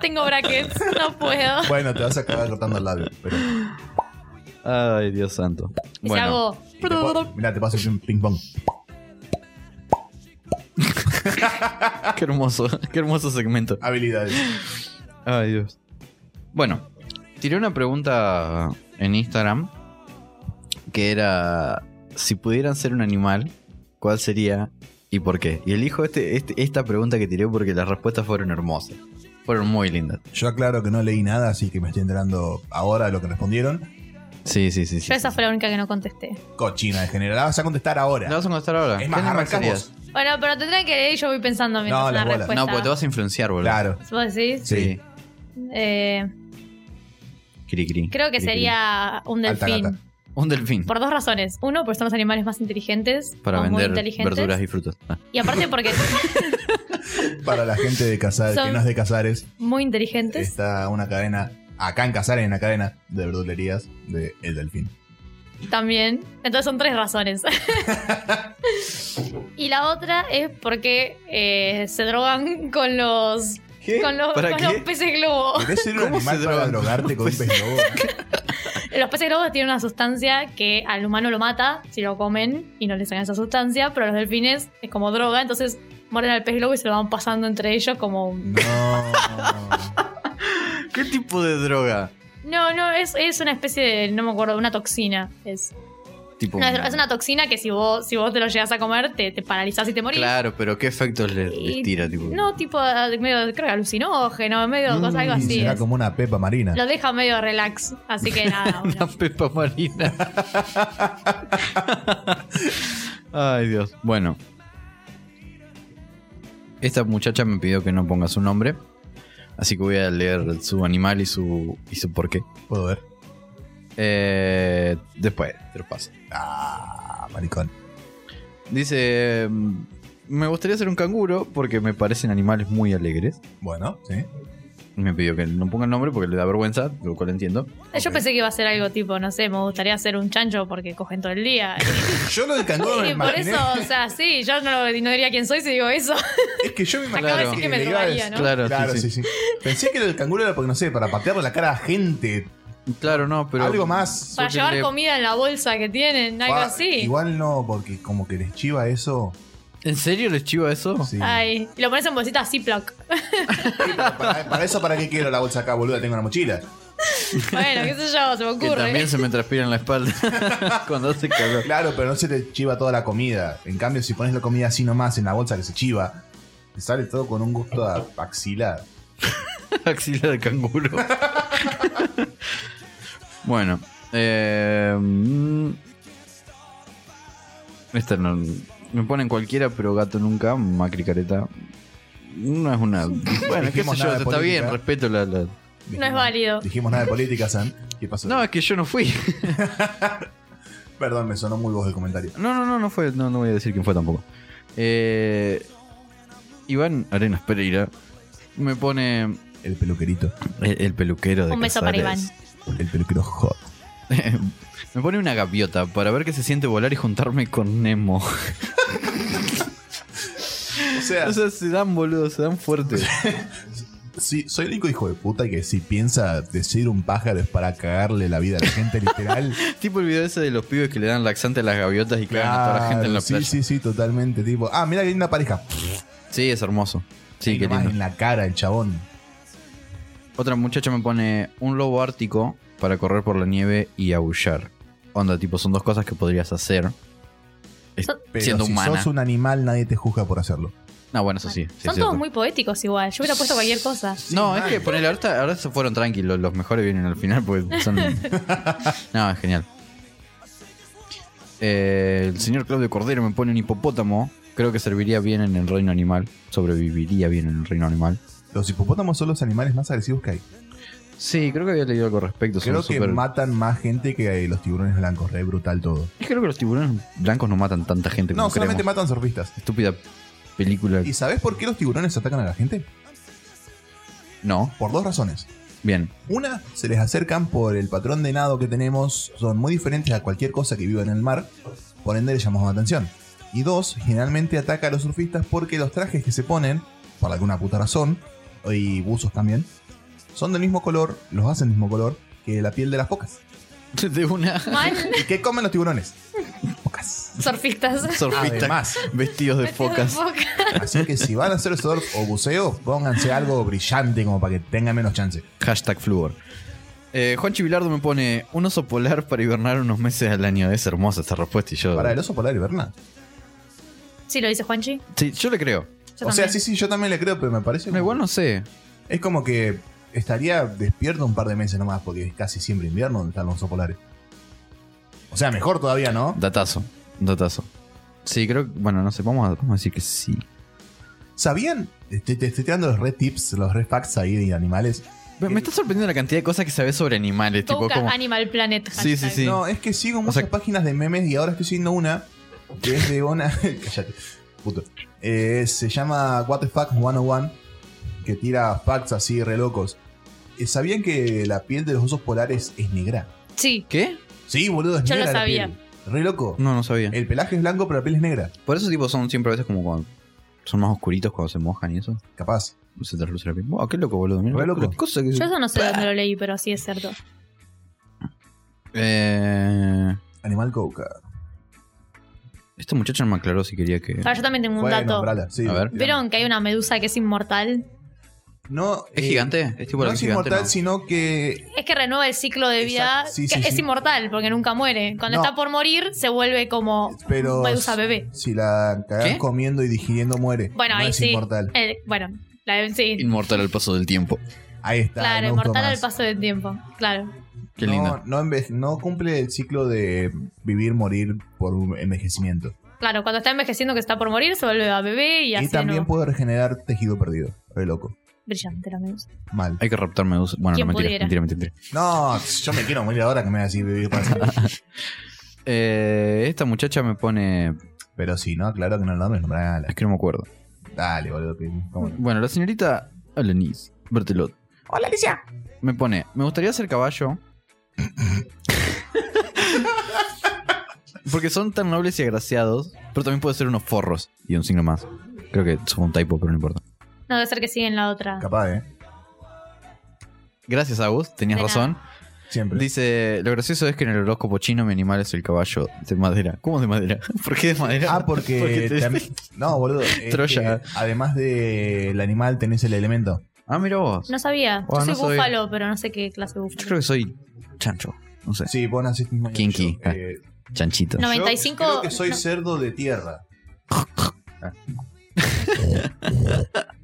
Tengo brackets. No puedo.
Bueno, te vas a acabar cortando el labio. Pero.
Ay, Dios santo.
Y
Bueno,
si
y te pa-
hago.
Mirá, te paso un ping-pong.
qué hermoso, qué hermoso segmento.
Habilidades.
Ay, Dios. Bueno, tiré una pregunta en Instagram que era si pudieran ser un animal, ¿Cuál sería y por qué? Y elijo este, este- esta pregunta que tiré porque las respuestas fueron hermosas. Fueron muy lindas.
Yo aclaro que no leí nada, así que me estoy enterando ahora de lo que respondieron.
Sí, sí, sí. sí
Yo esa fue la única que no contesté.
Cochina de general. Ah, Vas a contestar ahora.
¿La vas a contestar ahora?
es más,
¿Qué número
arrancás
serías?
vos.
Bueno, pero tendrán que leer y yo voy pensando mientras
No,
una
las bolas.
respuesta.
No, porque te vas a influenciar, boludo.
Claro.
¿Vos decís?
Sí.
Eh,
Cri, cri,
creo que
cri, cri.
sería un
Alta
delfín.
gata.
Un delfín.
Por dos razones. Uno, porque son los animales más inteligentes.
Para
o muy
vender
inteligentes.
verduras y frutas. Ah.
Y aparte porque
Para la gente de Casares,
Son-
que no es de Casares,
muy inteligentes.
está una cadena. Acá en Casares hay una cadena de verdulerías de El Delfín.
También. Entonces son tres razones. y la otra es porque eh, se drogan con los.
¿Qué?
Con los,
¿Para
con
qué?
los peces globo.
¿Querés ser un
¿Cómo
animal
se
para
drogan?
drogarte con un pez lobo?
Los peces globos tienen una sustancia que al humano lo mata si lo comen y no les sacan esa sustancia, pero los delfines es como droga, entonces mueren al pez globo y se lo van pasando entre ellos como un-
No.
¿Qué tipo de droga?
No, no, es, es una especie de, no me acuerdo, una toxina. Es,
Tipo,
una, es una toxina que si vos, si vos te lo llegas a comer, te, te paralizás y te morís.
Claro, pero ¿qué efectos le- les,
Y-
tira? Tipo?
No, tipo, ah, medio, creo que alucinógeno, medio cosa, algo
Y
así.
Mm, será
es.
como una pepa marina.
Lo deja medio relax, así que nada. bueno.
Una pepa marina. Ay, Dios. Bueno. Esta muchacha me pidió que no ponga su nombre. Así que voy a leer su animal y su, y su porqué.
Puedo ver.
Eh, después, te lo paso.
Ah, maricón.
Dice: mm, Me gustaría ser un canguro porque me parecen animales muy alegres.
Bueno, sí.
Y Me pidió que no ponga el nombre porque le da vergüenza, lo cual entiendo.
Yo pensé que iba a ser algo tipo, no sé, me gustaría ser un chancho porque cogen todo el día.
Yo lo del canguro me
Y por
imaginé.
eso, o sea, sí, yo no, lo- no diría quién soy si digo eso.
Es que yo me
Acabo
imaginé.
de decir
que me
le iba a
drogaría,
decir-
¿no?
Claro, sí,
Claro,
sí.
sí, sí. Pensé que lo del canguro era porque, no sé, para patearle la cara a gente.
Claro, no, pero.
algo más.
Para
Porque
llevar
le-
comida en la bolsa que tienen, algo
Ah,
así.
Igual no, porque como que les chiva eso.
¿En serio les chiva eso?
Sí.
Ay, y lo pones en bolsita Ziploc.
Para, para eso, ¿para qué quiero la bolsa acá, boluda? Tengo una mochila.
Bueno, qué sé yo, se me
Que
ocurre.
también se me transpira en la espalda cuando hace calor.
Claro, pero no se te chiva toda la comida. En cambio, si pones la comida así nomás en la bolsa que se chiva, te sale todo con un gusto a axila.
Axila de canguro. bueno. eh, mm, esta no. Me ponen cualquiera, pero gato nunca. Macri careta. No es una. Bueno, qué sé
Dijimos
yo,
nada de
está
política.
bien, respeto la, la-
No es válido.
Dijimos nada de política, Sam. ¿Qué pasó?
No, es que yo no fui.
Perdón, me sonó muy voz el comentario.
No, no, no, no fue. No, no voy a decir quién fue tampoco. Eh, Iván Arenas Pereira me pone
El peluquerito.
el, el peluquero de
Un beso para
Casares.
El peluquero hot.
Me pone una gaviota para ver qué se siente volar y juntarme con Nemo.
O sea,
O sea, se dan boludo, se dan fuerte.
sí, soy el único hijo de puta que si piensa decir un pájaro es para cagarle la vida a la gente, literal.
tipo el video ese de los pibes que le dan laxante a las gaviotas y cagan a toda la gente en la
sí,
playa. Sí.
sí, sí, totalmente. Tipo, ah, mira qué linda pareja.
es hermoso. Sí,
Y
qué
nomás
lindo.
en la cara el chabón.
Otra muchacha me pone un lobo ártico para correr por la nieve y aullar. Onda, tipo, son dos cosas que podrías hacer. es-
Son-
Pero
siendo
si
humana.
sos un animal, nadie te juzga por hacerlo.
No, bueno, eso sí. sí, es
Son
cierto.
todos muy poéticos igual. Yo hubiera puesto cualquier cosa.
No, es que ponele, ahora, está- ahora se fueron tranquilos, los mejores vienen al final porque son. no, es genial. Eh, el señor Claudio Cordero me pone un hipopótamo. Creo que serviría bien en el reino animal. Sobreviviría bien en el reino animal.
Los hipopótamos son los animales más agresivos que hay.
Sí, creo que había leído algo al respecto. son
Creo que
súper-
matan más gente que eh, los tiburones blancos. Re brutal todo.
Es que creo que los tiburones blancos no matan tanta gente como
No, solamente
creemos.
matan surfistas.
Estúpida película.
¿Y sabes por qué los tiburones atacan a la gente?
No,
Por dos razones.
bien.
Una, se les acercan por el patrón de nado que tenemos, son muy diferentes a cualquier cosa que viva en el mar, por ende les llamamos la atención. Y dos, generalmente ataca a los surfistas porque los trajes que se ponen, por alguna puta razón, y buzos también, son del mismo color, los hacen del mismo color que la piel de las focas.
De una
Mal,
¿Y qué comen los tiburones? Focas.
surfistas.
surfista
Además.
vestidos de
Metidos
focas.
en foca.
Así que si van a hacer surf o buceo, pónganse algo brillante como para que tengan menos chance.
Hashtag Fluor. Eh, Juan Chivilardo me pone un oso polar para hibernar unos meses al año. Es hermosa esta respuesta y yo.
Para el oso polar hiberna.
Sí, lo dice Juanchi.
Sí, yo le creo.
Yo
o sea,
también.
sí, sí, yo también le creo, pero me parece.
No,
como-
igual no sé.
Es como que estaría despierto un par de meses nomás, porque es casi siempre invierno donde están los osos polares. O sea, mejor todavía, ¿no?
Datazo. Datazo. Sí, creo que. Bueno, no sé. Vamos a, vamos a decir que sí.
¿Sabían? Te, te estoy tirando los red tips, los red facts ahí de animales.
Me, me está sorprendiendo la cantidad de cosas que sabes sobre animales. Tipo,
Toca
como.
Animal Planet.
Sí,
hashtag.
sí, sí.
No, es que sigo muchas
sea-
páginas de memes y ahora estoy siguiendo una que es de una. Cállate, puto. Eh, se llama What the Fuck 101, que tira facts así re locos. Eh, ¿Sabían que la piel de los osos polares es negra?
Sí.
¿Qué?
Sí, boludo, es
Yo lo
negra. la
sabía.
piel. Re loco.
No, no sabía. Eh,
El pelaje es blanco, pero la piel es negra.
Por eso, tipo, son siempre a veces como cuando. Son más oscuritos cuando se mojan y eso.
Capaz.
Se trasluce la piel. Ah, qué loco, boludo. Mira,
Re loco.
qué cosa que-
Yo eso no sé dónde lo leí, pero sí es cierto.
Eh,
Animal coca.
este muchacho no me aclaró si quería que.
Ahora yo también tengo un
Bueno,
dato.
nombrala, sí.
A ver.
¿Vieron que hay una medusa que es inmortal?
No,
¿Es
eh,
gigante? ¿Es tipo
No
la
es
gigante,
inmortal,
no?
sino que.
Es que renueva el ciclo de vida.
Exacto. Sí,
que
sí,
es
sí.
inmortal porque nunca muere. Cuando
No.
está por morir, se vuelve como
Pero.
medusa bebé.
Si la cagás
¿Qué?
comiendo y digiriendo, muere.
Bueno,
no
ahí
es
sí.
inmortal.
Eh, bueno, la- sí.
Inmortal al paso del tiempo.
Ahí está.
claro,
me gustó
inmortal al
más.
paso del tiempo. Claro.
Qué
no,
lindo.
No, enve- no cumple el ciclo de vivir, morir por un envejecimiento.
Claro, cuando está envejeciendo que está por morir, se vuelve a bebé y
Y,
así.
también
¿no?
puede regenerar tejido perdido. Re loco.
Brillante la medusa.
Mal.
Hay que raptar medusas. Bueno, no,
¿Quién
mentira,
pudiera?
mentira, mentira.
No, yo me quiero morir ahora que me voy a decir vivir para siempre.
Eh, esta muchacha me pone.
Pero si no, claro que no lo nombres, nombrala.
Es que no me acuerdo.
Dale, boludo. que- cómo no.
Bueno, la señorita Alanis Bertelot. Hola, Alicia. Me pone. Me gustaría ser caballo. Porque son tan nobles y agraciados. Pero también puede ser unos forros. Y un signo más. Creo que es un typo, pero no importa.
No, debe ser que sigue en la otra.
Capaz, ¿eh?
Gracias, Agus. Tenías
De nada.
razón.
Siempre.
Dice, lo gracioso es que en el horóscopo chino mi animal es el caballo de madera. ¿Cómo de madera? ¿Por qué de madera?
Ah, porque.
te-
tam- No, boludo. es que
Troya.
además del animal, tenés el elemento.
Ah, mira vos.
No sabía.
Ah,
Yo
no
soy
sabía.
búfalo, pero no sé qué clase de
Yo creo
búfalo.
que soy chancho. No sé.
Sí, vos naciste mismo año que
Kinky. ah.
yo. Eh,
Chanchito.
No.
yo
95
creo que soy
no.
cerdo de tierra.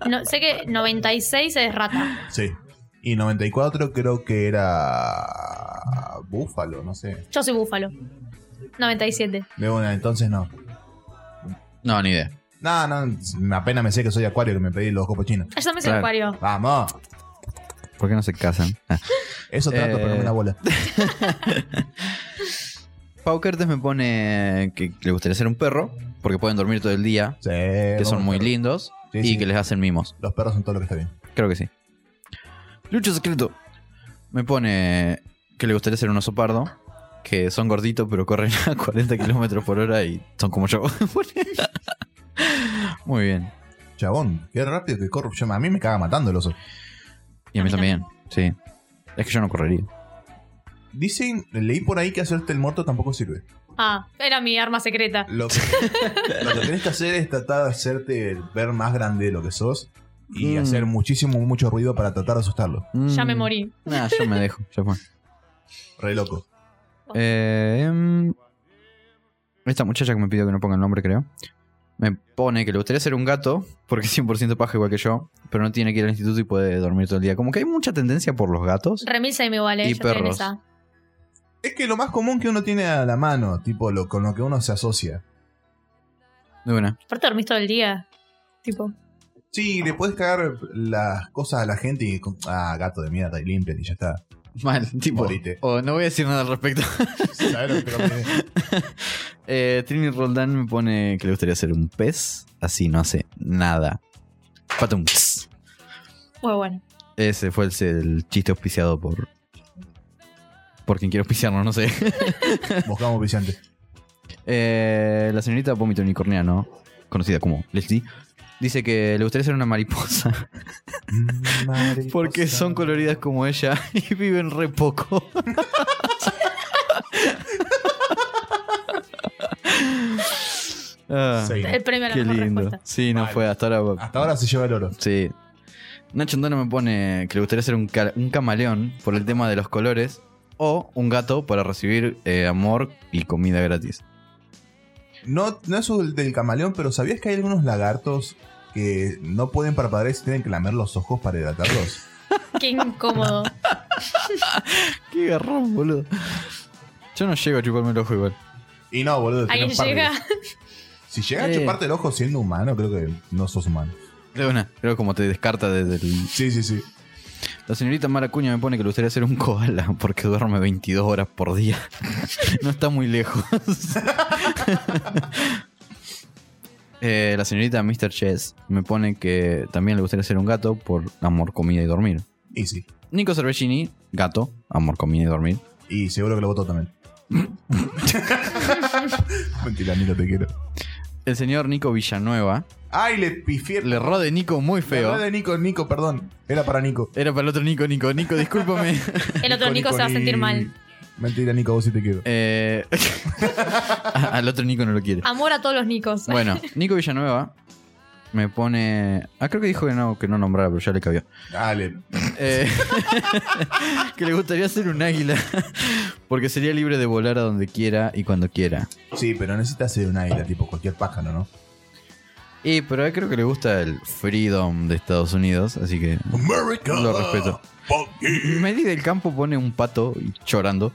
No, sé que 96 es rata.
Sí. Y 94 creo que era. Búfalo, no sé.
Yo soy búfalo. 97.
De una, entonces no.
No, ni idea.
No, no, apenas me sé que soy acuario que me pedí los copos chinos.
Ah, Yo también soy
Claro.
acuario.
Vamos,
¿Por qué no se casan? Ah.
eso trato,
Eh.
pero no me la bola.
Pau Kertes me pone que le gustaría ser un perro porque pueden dormir todo el día,
Sí,
que son
vamos,
muy
perro.
lindos
Sí,
y
sí.
que les hacen mimos.
Los perros son todo lo que está bien.
Creo que sí. Lucho Secreto me pone que le gustaría ser un oso pardo, que son gorditos pero corren a 40 kilómetros por hora y son como yo. Muy bien.
Chabón, qué rápido que corro. Yo- a mí me caga matando el oso.
Y a mí también, sí. Es que yo no correría.
Dicen, leí por ahí que hacerte el muerto tampoco sirve.
Ah, era mi arma secreta.
Lo que, lo que tenés que hacer es tratar de hacerte ver más grande de lo que sos y
Mm.
hacer muchísimo, mucho ruido para tratar de asustarlo.
Ya
Mm.
me morí.
Nah, yo me dejo, ya fue.
Re loco.
Eh, em, esta muchacha que me pidió que no ponga el nombre, creo. Me pone que le gustaría ser un gato, porque es 100% paja igual que yo, pero no tiene que ir al instituto y puede dormir todo el día. Como que hay mucha tendencia por los gatos.
Remilsa y me igualé.
Y
yo estoy en
perros.
esa.
Es que lo más común que uno tiene a la mano, tipo lo, con lo que uno se asocia.
De una.
Aparte dormís todo el día. Tipo,
Sí, le puedes cagar las cosas a la gente y. con- Ah, gato de mierda, y limpian y ya está.
Mal, tipo.
Morite.
O no voy a decir nada al respecto.
¿Sabes lo que me-
Eh, Trini Roldán me pone que le gustaría ser un pez. Así no hace nada. Patum. Tss.
muy bueno.
Ese fue el, el chiste auspiciado por. Por quien quiera auspiciarnos, no sé.
Buscamos viciante.
Eh, la señorita Vómito Unicorniano, conocida como Leslie, dice que le gustaría ser una mariposa porque son coloridas como ella y viven re poco. Ah,
Sí.
El premio a la
qué
mejor
lindo.
respuesta.
Sí, no
Vale.
fue hasta ahora.
Hasta ahora se lleva el oro.
Sí. Nacho Andano me pone que le gustaría ser un, ca- un camaleón por el tema de los colores o un gato para recibir eh, amor y comida gratis.
No, no es el del camaleón, pero ¿sabías que hay algunos lagartos que no pueden parpadear y se tienen que lamer los ojos para hidratarlos?
Qué incómodo.
Qué garrón, boludo. Yo no llego a chuparme el ojo igual.
Y no, boludo.
Ahí
tenés párvulos.
llega.
Si llegas a
Eh.
chuparte el ojo siendo humano, creo que no sos humano.
Creo, una, creo como te descarta desde el...
Sí, sí, sí.
La señorita Maracuña me pone que le gustaría ser un koala porque duerme 22 horas por día. No está muy lejos. Eh, la señorita Mr. Chess me pone que también le gustaría ser un gato por amor, comida y dormir.
Y sí.
Nico Cervellini, gato, amor, comida y dormir.
Y seguro que lo votó también. Mentira, Nico, te quiero.
El señor Nico Villanueva
Ay, le pifié.
le rode Nico muy
La
feo.
verdad de Nico, Nico, perdón. Era para Nico.
Era para el otro Nico, Nico, Nico, discúlpame.
El otro Nico, se va a sentir
ni-
mal.
Mentira, Nico, vos sí te quiero.
Eh, a- al otro Nico no lo quiere.
Amor a todos los Nicos.
Bueno, Nico Villanueva me pone. Ah, creo que dijo que no, que no nombrara, pero ya le cabió.
Dale.
Eh, que le gustaría ser un águila. Porque sería libre de volar a donde quiera y cuando quiera.
Sí, pero necesitas ser un águila, tipo cualquier pájaro, ¿no?
Y pero a él creo que le gusta el freedom de Estados Unidos, así que.
America.
Lo respeto.
Fuck yeah.
Medi del campo pone un pato y- llorando.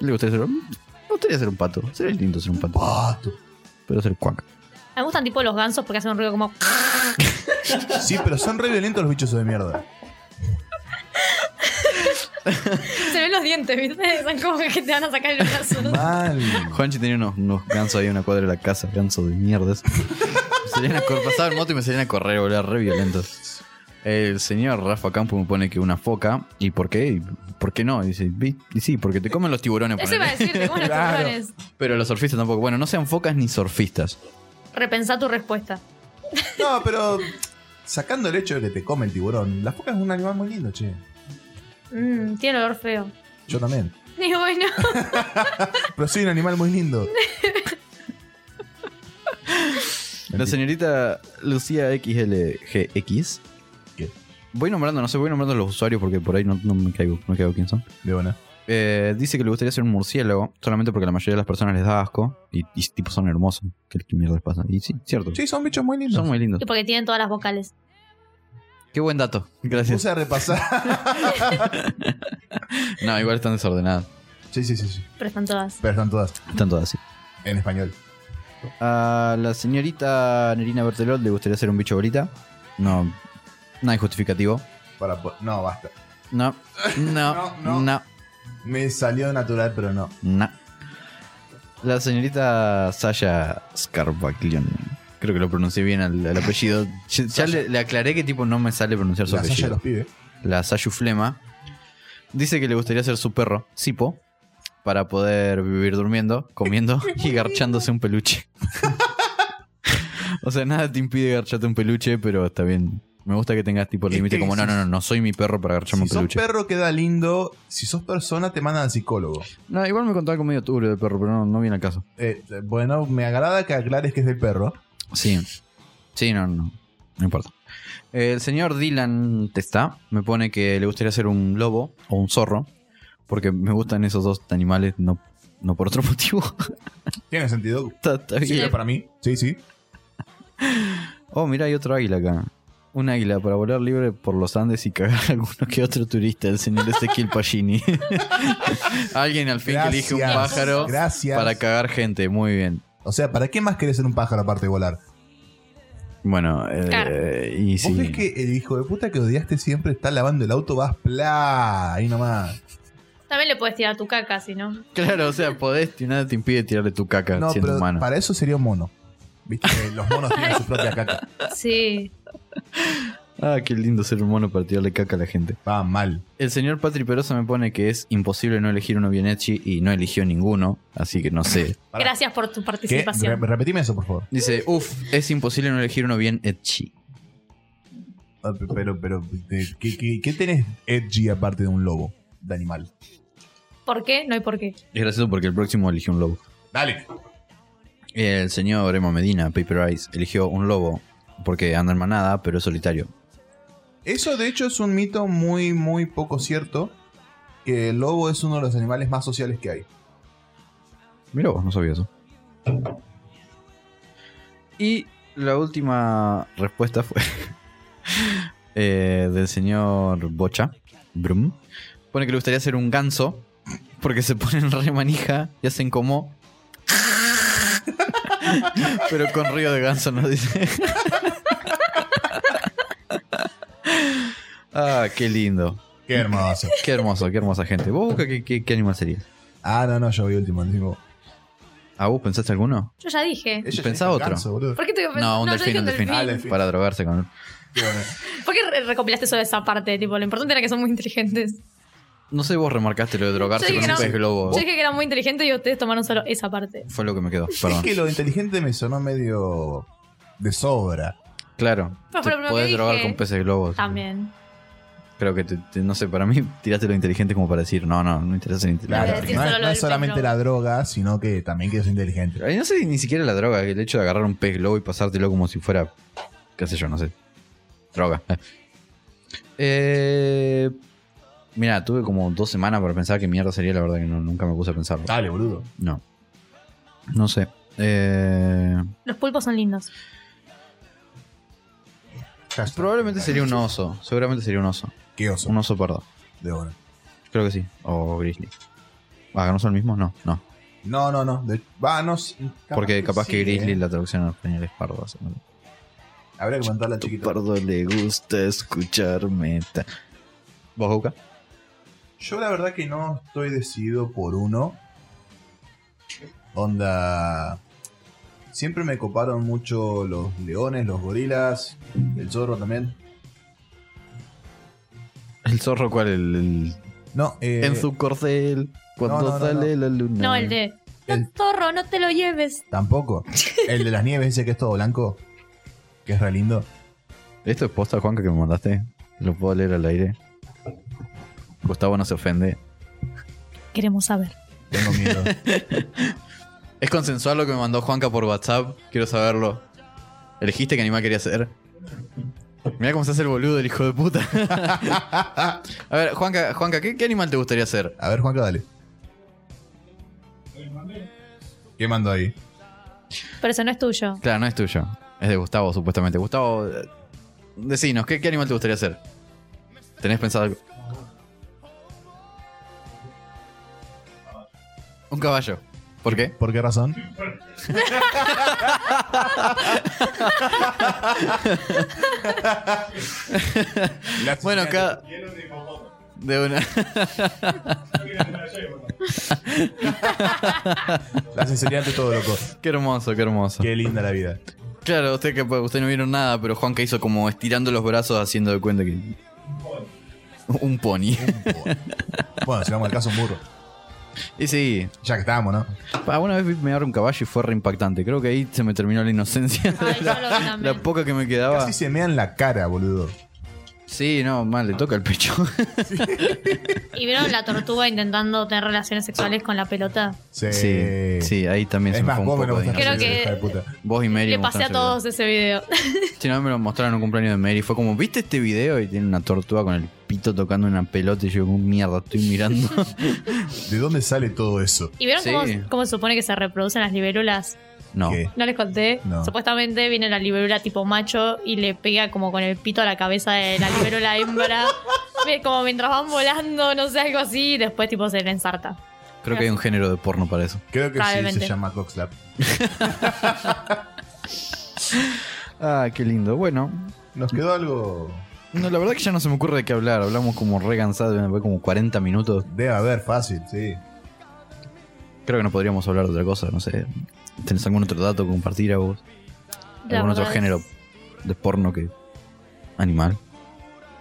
Le gustaría ser. Me gustaría ser un pato. Sería lindo ser un pato.
Pato.
Pero ser cuac.
Me gustan tipo los gansos porque hacen un ruido como.
Sí, pero son re violentos los bichos de mierda.
Se ven los dientes, ¿viste? Son como que te van a sacar el brazo.
Mal.
Juanchi tenía unos, unos gansos ahí en una cuadra de la casa, gansos de mierdas. Me salían a cor- pasaba el moto y me salían a correr, boludo, re violentos. El señor Rafa Campo me pone que una foca. ¿Y por qué? ¿Y ¿Por qué no? Y dice, "Vi- y sí, porque te comen los tiburones.
Eso iba a
ponele".
decirte, como los
Claro.
tiburones.
Pero los surfistas tampoco. Bueno, no sean focas ni surfistas.
Repensá tu respuesta.
No, pero sacando el hecho de que te come el tiburón, la foca es un animal muy lindo, che.
Mm, tiene olor feo.
Yo también.
Y bueno,
Pero soy un animal muy lindo.
La señorita Lucía XLGX.
¿Qué?
Voy nombrando, no sé, voy nombrando los usuarios porque por ahí no, no me caigo, no caigo quién son.
De buena.
Eh, dice que le gustaría ser un murciélago, solamente porque a la mayoría de las personas les da asco y, y tipo son hermosos. ¿Qué, qué mierda les pasa? Y sí, cierto.
Sí, son bichos muy lindos.
Son muy lindos.
y porque tienen todas las vocales.
Qué buen dato. Gracias.
Puse a repasar.
No, igual están desordenadas.
Sí, sí, sí, sí.
Pero están todas.
Pero están todas
Están todas así.
en español.
A la señorita Nerina Bertelot le gustaría ser un bicho bolita. No. No hay justificativo.
Para po- no, basta.
No. No.
No, no.
no. no.
Me salió natural, pero no.
La señorita Sasha Scarbaglione. Creo que lo pronuncié bien al, al apellido. Ya, ya le, le aclaré que tipo no me sale pronunciar su
La Sasha de
apellido.
los pibes.
la Sayuflema, dice que le gustaría ser su perro, Sipo, para poder vivir durmiendo, comiendo y garchándose un peluche. o sea, nada te impide garcharte un peluche, pero está bien. Me gusta que tengas tipo el
Es
límite
que
como, no,
si-
no, no, no soy mi perro para garcharme
Si
un
sos
peluche.
perro queda lindo, si sos persona te mandan al psicólogo.
No, igual me contaba algo medio turbio del perro, pero no, no viene al caso.
Eh, bueno, me agrada que aclares que es del perro.
Sí. Sí, no, no. No importa. El señor Dylan Testa me pone que le gustaría ser un lobo o un zorro, porque me gustan esos dos animales, no, no por otro motivo.
Tiene sentido.
Está- está bien.
Sirve para mí. Sí, sí.
Oh, mira, hay otro águila acá. Un águila para volar libre por los Andes y cagar a alguno que otro turista, el señor Ezequiel Pagini. Alguien al fin que elige un
Gracias.
pájaro
Gracias.
para cagar gente, muy bien.
O sea, ¿para qué más querés ser un pájaro aparte de volar?
Bueno, eh,
Claro.
y
¿Vos
sí.
ves que el hijo de puta que odiaste siempre está lavando el auto? Vas plá, ahí nomás.
También le puedes tirar tu caca, si no.
Claro, o sea, podés, nada te impide tirarle tu caca
No,
siendo
pero
humano.
para eso sería un mono. Viste que los monos tienen su propia caca.
Sí.
Ah, qué lindo ser un mono para tirarle caca a la gente.
Va mal.
El señor Patri Perosa me pone que es imposible no elegir uno Bianetti y no eligió ninguno, así que no sé.
Pará.
Gracias por
¿Qué?
tu
Re-
participación.
repetime eso, por favor.
Dice, uff, es imposible no elegir uno bien etchi.
Ah, pe- Pero, pero, eh, ¿qué, qué, qué tenés edgy aparte de un lobo? De animal.
¿Por qué? No hay por qué.
Es gracioso porque el próximo eligió un lobo.
Dale.
El señor Emo Medina, Paper Eyes, eligió un lobo porque anda en manada, pero es solitario.
Eso de hecho es un mito muy, muy poco cierto. Que el lobo es uno de los animales más sociales que hay.
Mira vos, no sabía eso. Y la última respuesta fue eh, del señor Bocha, Brum. Pone que le gustaría ser un ganso porque se ponen re manija y hacen como... Pero con río de ganso nos dice. ah, qué lindo.
Qué hermoso.
Qué hermoso, qué hermosa gente. ¿Vos busca qué, qué- qué animal serías?
Ah, no, no, yo vi último. Digo,
¿Ah, vos pensaste alguno?
Yo ya dije.
ella ya
Pensá
dijo
otro.
ganso, boludo.
¿Por qué te
No, un
yo
delfín,
dije
un delfín.
Ah, delfín.
Para drogarse con él.
Qué bueno.
¿Por qué re- recopilaste solo esa parte? Tipo, lo importante era que son muy inteligentes.
No sé, vos remarcaste lo de drogarse
Yo dije
con un
que no.
pez globo.
Yo dije que eran muy inteligentes y ustedes tomaron solo esa parte.
Fue lo que me quedó,
Es
perdón.
que lo de inteligente me sonó medio de sobra.
Claro. Te
Pero fue lo primero
podés
que
drogar
dije.
con peces globos.
También.
Creo que, te- te- no sé, para mí tiraste lo inteligente como para decir, no, no, no interesa ser
Claro,
Claro,
inteligente.
decir
no,
solo
es-
lo
no
del
es solamente
pelo.
la droga, sino que también que es inteligente.
Ay, No sé ni siquiera la droga, el hecho de agarrar un pez globo y pasártelo como si fuera, qué sé yo, no sé, droga. Eh, mira, tuve como dos semanas para pensar qué mierda sería, la verdad que no- nunca me puse a pensarlo.
Dale, boludo.
No. No sé. Eh,
Los pulpos son lindos.
Ya está.
probablemente sería un oso, seguramente sería un oso.
Qué oso.
Un oso pardo,
De una.
creo que sí, o grizzly. Ah, ¿que ¿no son los mismos? No, no.
No, no, no. de- Va, no. s- capaz
Porque capaz que
sí,
grizzly
eh.
la traducción al español es pardo. así que-
Habría que contarle a
Tu
chiquito.
pardo le gusta escucharme. ta- ¿Vos, Juca?
Yo la verdad que no estoy decidido por uno. Onda. Siempre me coparon mucho los leones, los gorilas, el zorro también.
¿El zorro cuál? El, el-
No, eh,
en su corcel, cuando
no, no,
sale la luna.
No, el de.
El-
No, zorro, no te lo lleves.
tampoco. El de las nieves, ese que es todo blanco, que es re lindo.
¿Esto es posta, Juanca, que me mandaste? ¿Lo puedo leer al aire? Gustavo no se ofende.
Queremos saber.
Tengo miedo.
¿Es consensual lo que me mandó Juanca por WhatsApp? Quiero saberlo. ¿Elegiste qué animal quería ser? Mira cómo se hace el boludo, el hijo de puta. A ver, Juanca, Juanca ¿qué, qué animal te gustaría ser?
A ver, Juanca, dale. ¿Qué mandó ahí?
Pero eso no es tuyo.
Claro, no es tuyo. Es de Gustavo, supuestamente. Gustavo, eh, decinos, ¿qué, qué animal te gustaría ser? ¿Tenés pensado algo? Un caballo. ¿Por qué?
¿Por qué razón?
Bueno, cada. De una.
La sinceridad ante todo, loco.
qué hermoso, qué hermoso.
Qué linda la vida.
Claro, usted que pues, usted no vieron nada, pero Juanca hizo como estirando los brazos haciendo de cuenta que. Un pony.
Bueno, si vamos al caso, un burro.
y sí,
Ya que estábamos, ¿no?
pa, una vez vi mear un caballo y fue re impactante. Creo que ahí se me terminó la inocencia.
Ay, yo lo vi también.
La poca que me quedaba.
Casi se mean la cara, boludo.
Sí, no, mal, le toca el pecho.
¿Y vieron la tortuga intentando tener relaciones sexuales con la pelota?
Sí.
Sí, sí, ahí también se
Es
me
más,
fue un
vos me lo
poco de
mostraste,
Creo
inocencia.
que-
hija de puta.
Vos y Mary
Le
me
pasé a
mostraron ese
todos ese video.
video. Si no, me lo mostraron en un cumpleaños de Mary. Fue como, ¿viste este video? Y tiene una tortuga con el pito tocando una pelota. Y yo, como, mierda, estoy mirando.
¿De dónde sale todo eso?
¿Y vieron
Sí.
cómo, cómo se supone que se reproducen las libélulas?
No.
¿Qué?
No les conté.
No.
Supuestamente viene la libélula tipo macho y le pega como con el pito a la cabeza de la libélula hembra. Ve como mientras van volando, no sé, algo así. Y después tipo se le ensarta.
Creo que hay un género de porno para eso.
Creo que sí
Probablemente.
se llama Coxlap.
Ah, qué lindo. Bueno,
Nos quedó algo.
no, la verdad que ya no se me ocurre de qué hablar. Hablamos como re cansados, me fue como 40 minutos.
Debe haber fácil, sí.
Creo que no podríamos hablar de otra cosa, no sé. ¿Tenés algún otro dato que compartir a vos?
La
¿Algún otro
verdad es-
género de porno que... Animal?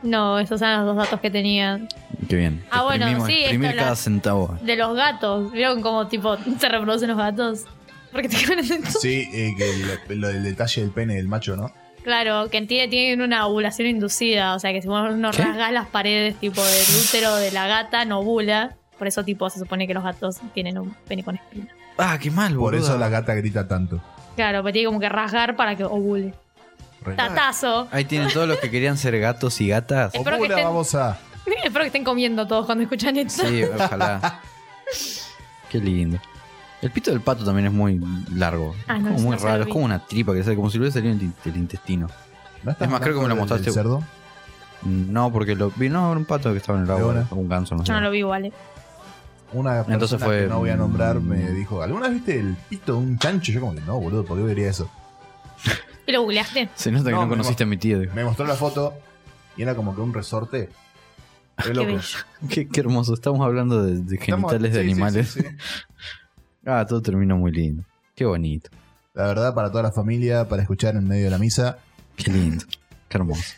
No, esos eran los dos datos que tenía.
Qué bien.
Ah, bueno,
Exprimimos-
sí, esto
Exprimir
lo-
cada centavo.
De los gatos. ¿Vieron cómo tipo se reproducen los gatos? Porque te quedan en todo.
Sí, eh, que el, lo del detalle del pene del macho, ¿no?
Claro, que tiene- tienen una ovulación inducida. O sea, que si vos no
¿Qué?
rasgas las paredes tipo del útero de la gata, no ovula. Por eso tipo se supone que los gatos tienen un pene con espina.
Ah, qué mal,
Por
boluda.
eso la gata grita tanto.
Claro, pero tiene como que rasgar para que ovule.
Re-
Tatazo.
Ahí tienen todos los que querían ser gatos y gatas.
espero que
Opula,
estén-
vamos a.
Espero que estén comiendo todos cuando escuchan esto.
Sí, ojalá. Qué lindo. El pito del pato también es muy largo.
Ah,
es
no,
como muy
no
raro,
sabía.
es como una tripa que sale, como si le hubiera salido del intestino.
¿No estás
Es más, creo que me lo
hablando del
mostraste.
cerdo?
No, porque lo vi, no, era un pato que estaba en el agua,
Ahora.
era un ganso, no sé.
Yo no lo vi igual. eh.
Una persona
Entonces fue-
que no voy a nombrar me dijo, ¿alguna vez viste el pito de un chancho? Yo como que no, boludo, ¿por qué vería eso?
¿Y lo googleaste?
Se nota que
No,
no,
me
conociste a mi tío. dijo.
Me mostró la foto y era como que un resorte. Qué
Qué
loco.
bello.
Qué, qué hermoso, estamos hablando de, de
Estamos-
genitales de
sí, sí,
animales.
sí, sí.
Ah, todo terminó muy lindo. Qué bonito,
La verdad, para toda la familia, para escuchar en medio de la misa.
qué lindo, qué hermoso.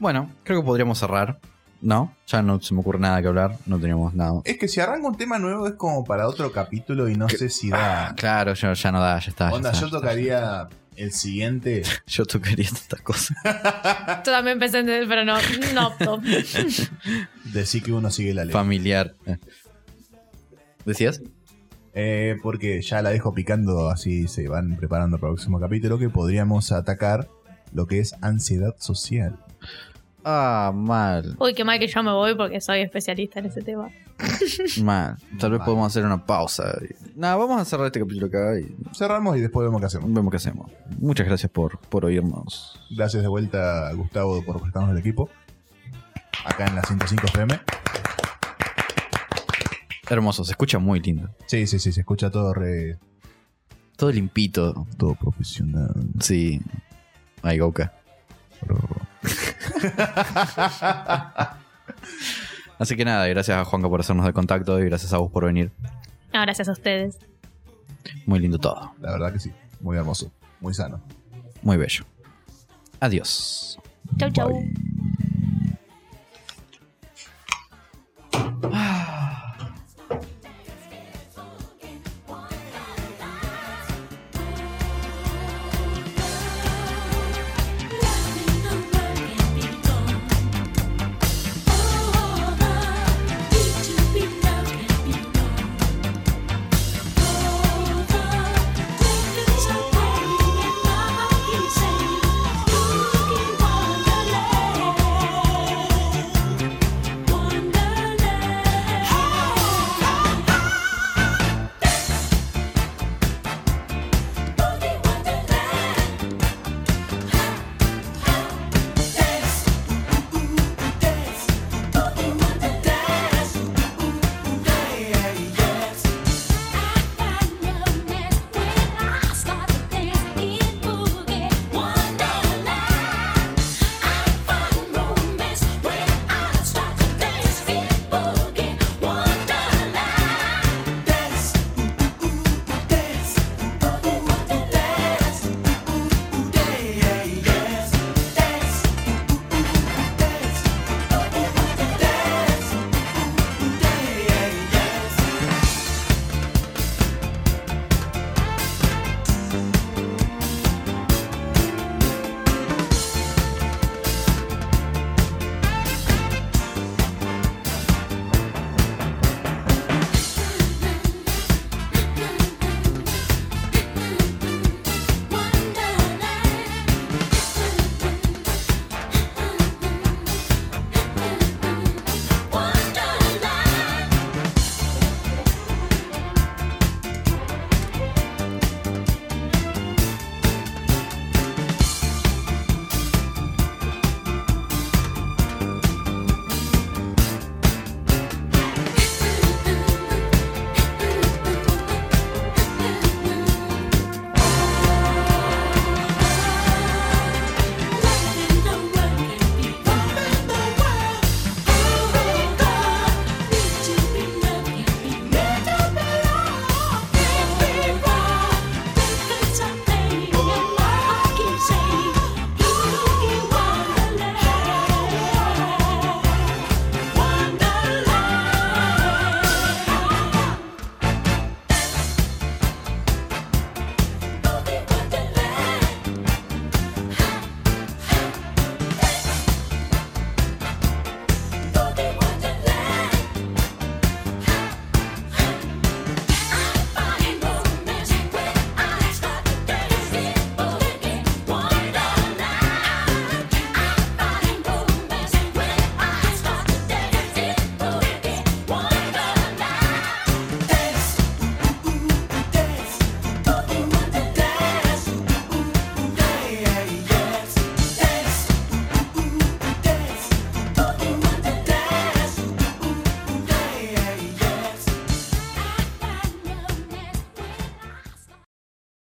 Bueno, creo que podríamos cerrar, ¿no? Ya no se me ocurre nada que hablar, no teníamos nada.
Es que si arranca un tema nuevo es como para otro capítulo y no sé si da.
Claro, yo, ya no da, ya está. Ah, ya
Onda,
está, ya
yo
está.
tocaría el siguiente.
Yo tocaría estas cosas.
Yo también pensé en pero no, no opto.
Decir que uno sigue la ley.
Familiar. Eh. ¿Decías?
Eh, porque ya la dejo picando, así se van preparando para el próximo capítulo que podríamos atacar lo que es ansiedad social.
Ah, mal,
Uy, qué mal que yo me voy porque soy especialista en ese tema.
mal. Tal vez
Mal.
podemos hacer una pausa. Nada, vamos a cerrar este capítulo acá y
Cerramos y después vemos qué hacemos.
vemos qué hacemos. Muchas gracias por, por oírnos.
Gracias de vuelta, Gustavo, por prestarnos el equipo. Acá en la 105 FM.
Hermoso, se escucha muy lindo.
Sí, sí, sí, se escucha todo re,
Todo limpito.
todo profesional.
Sí. Ay, Goka. Así que nada, gracias a Juanca por hacernos de contacto y gracias a vos por venir.
No, gracias a ustedes.
Muy lindo todo.
La verdad que sí, muy hermoso, muy sano.
Muy bello. Adiós.
Chau, chau.
Bye.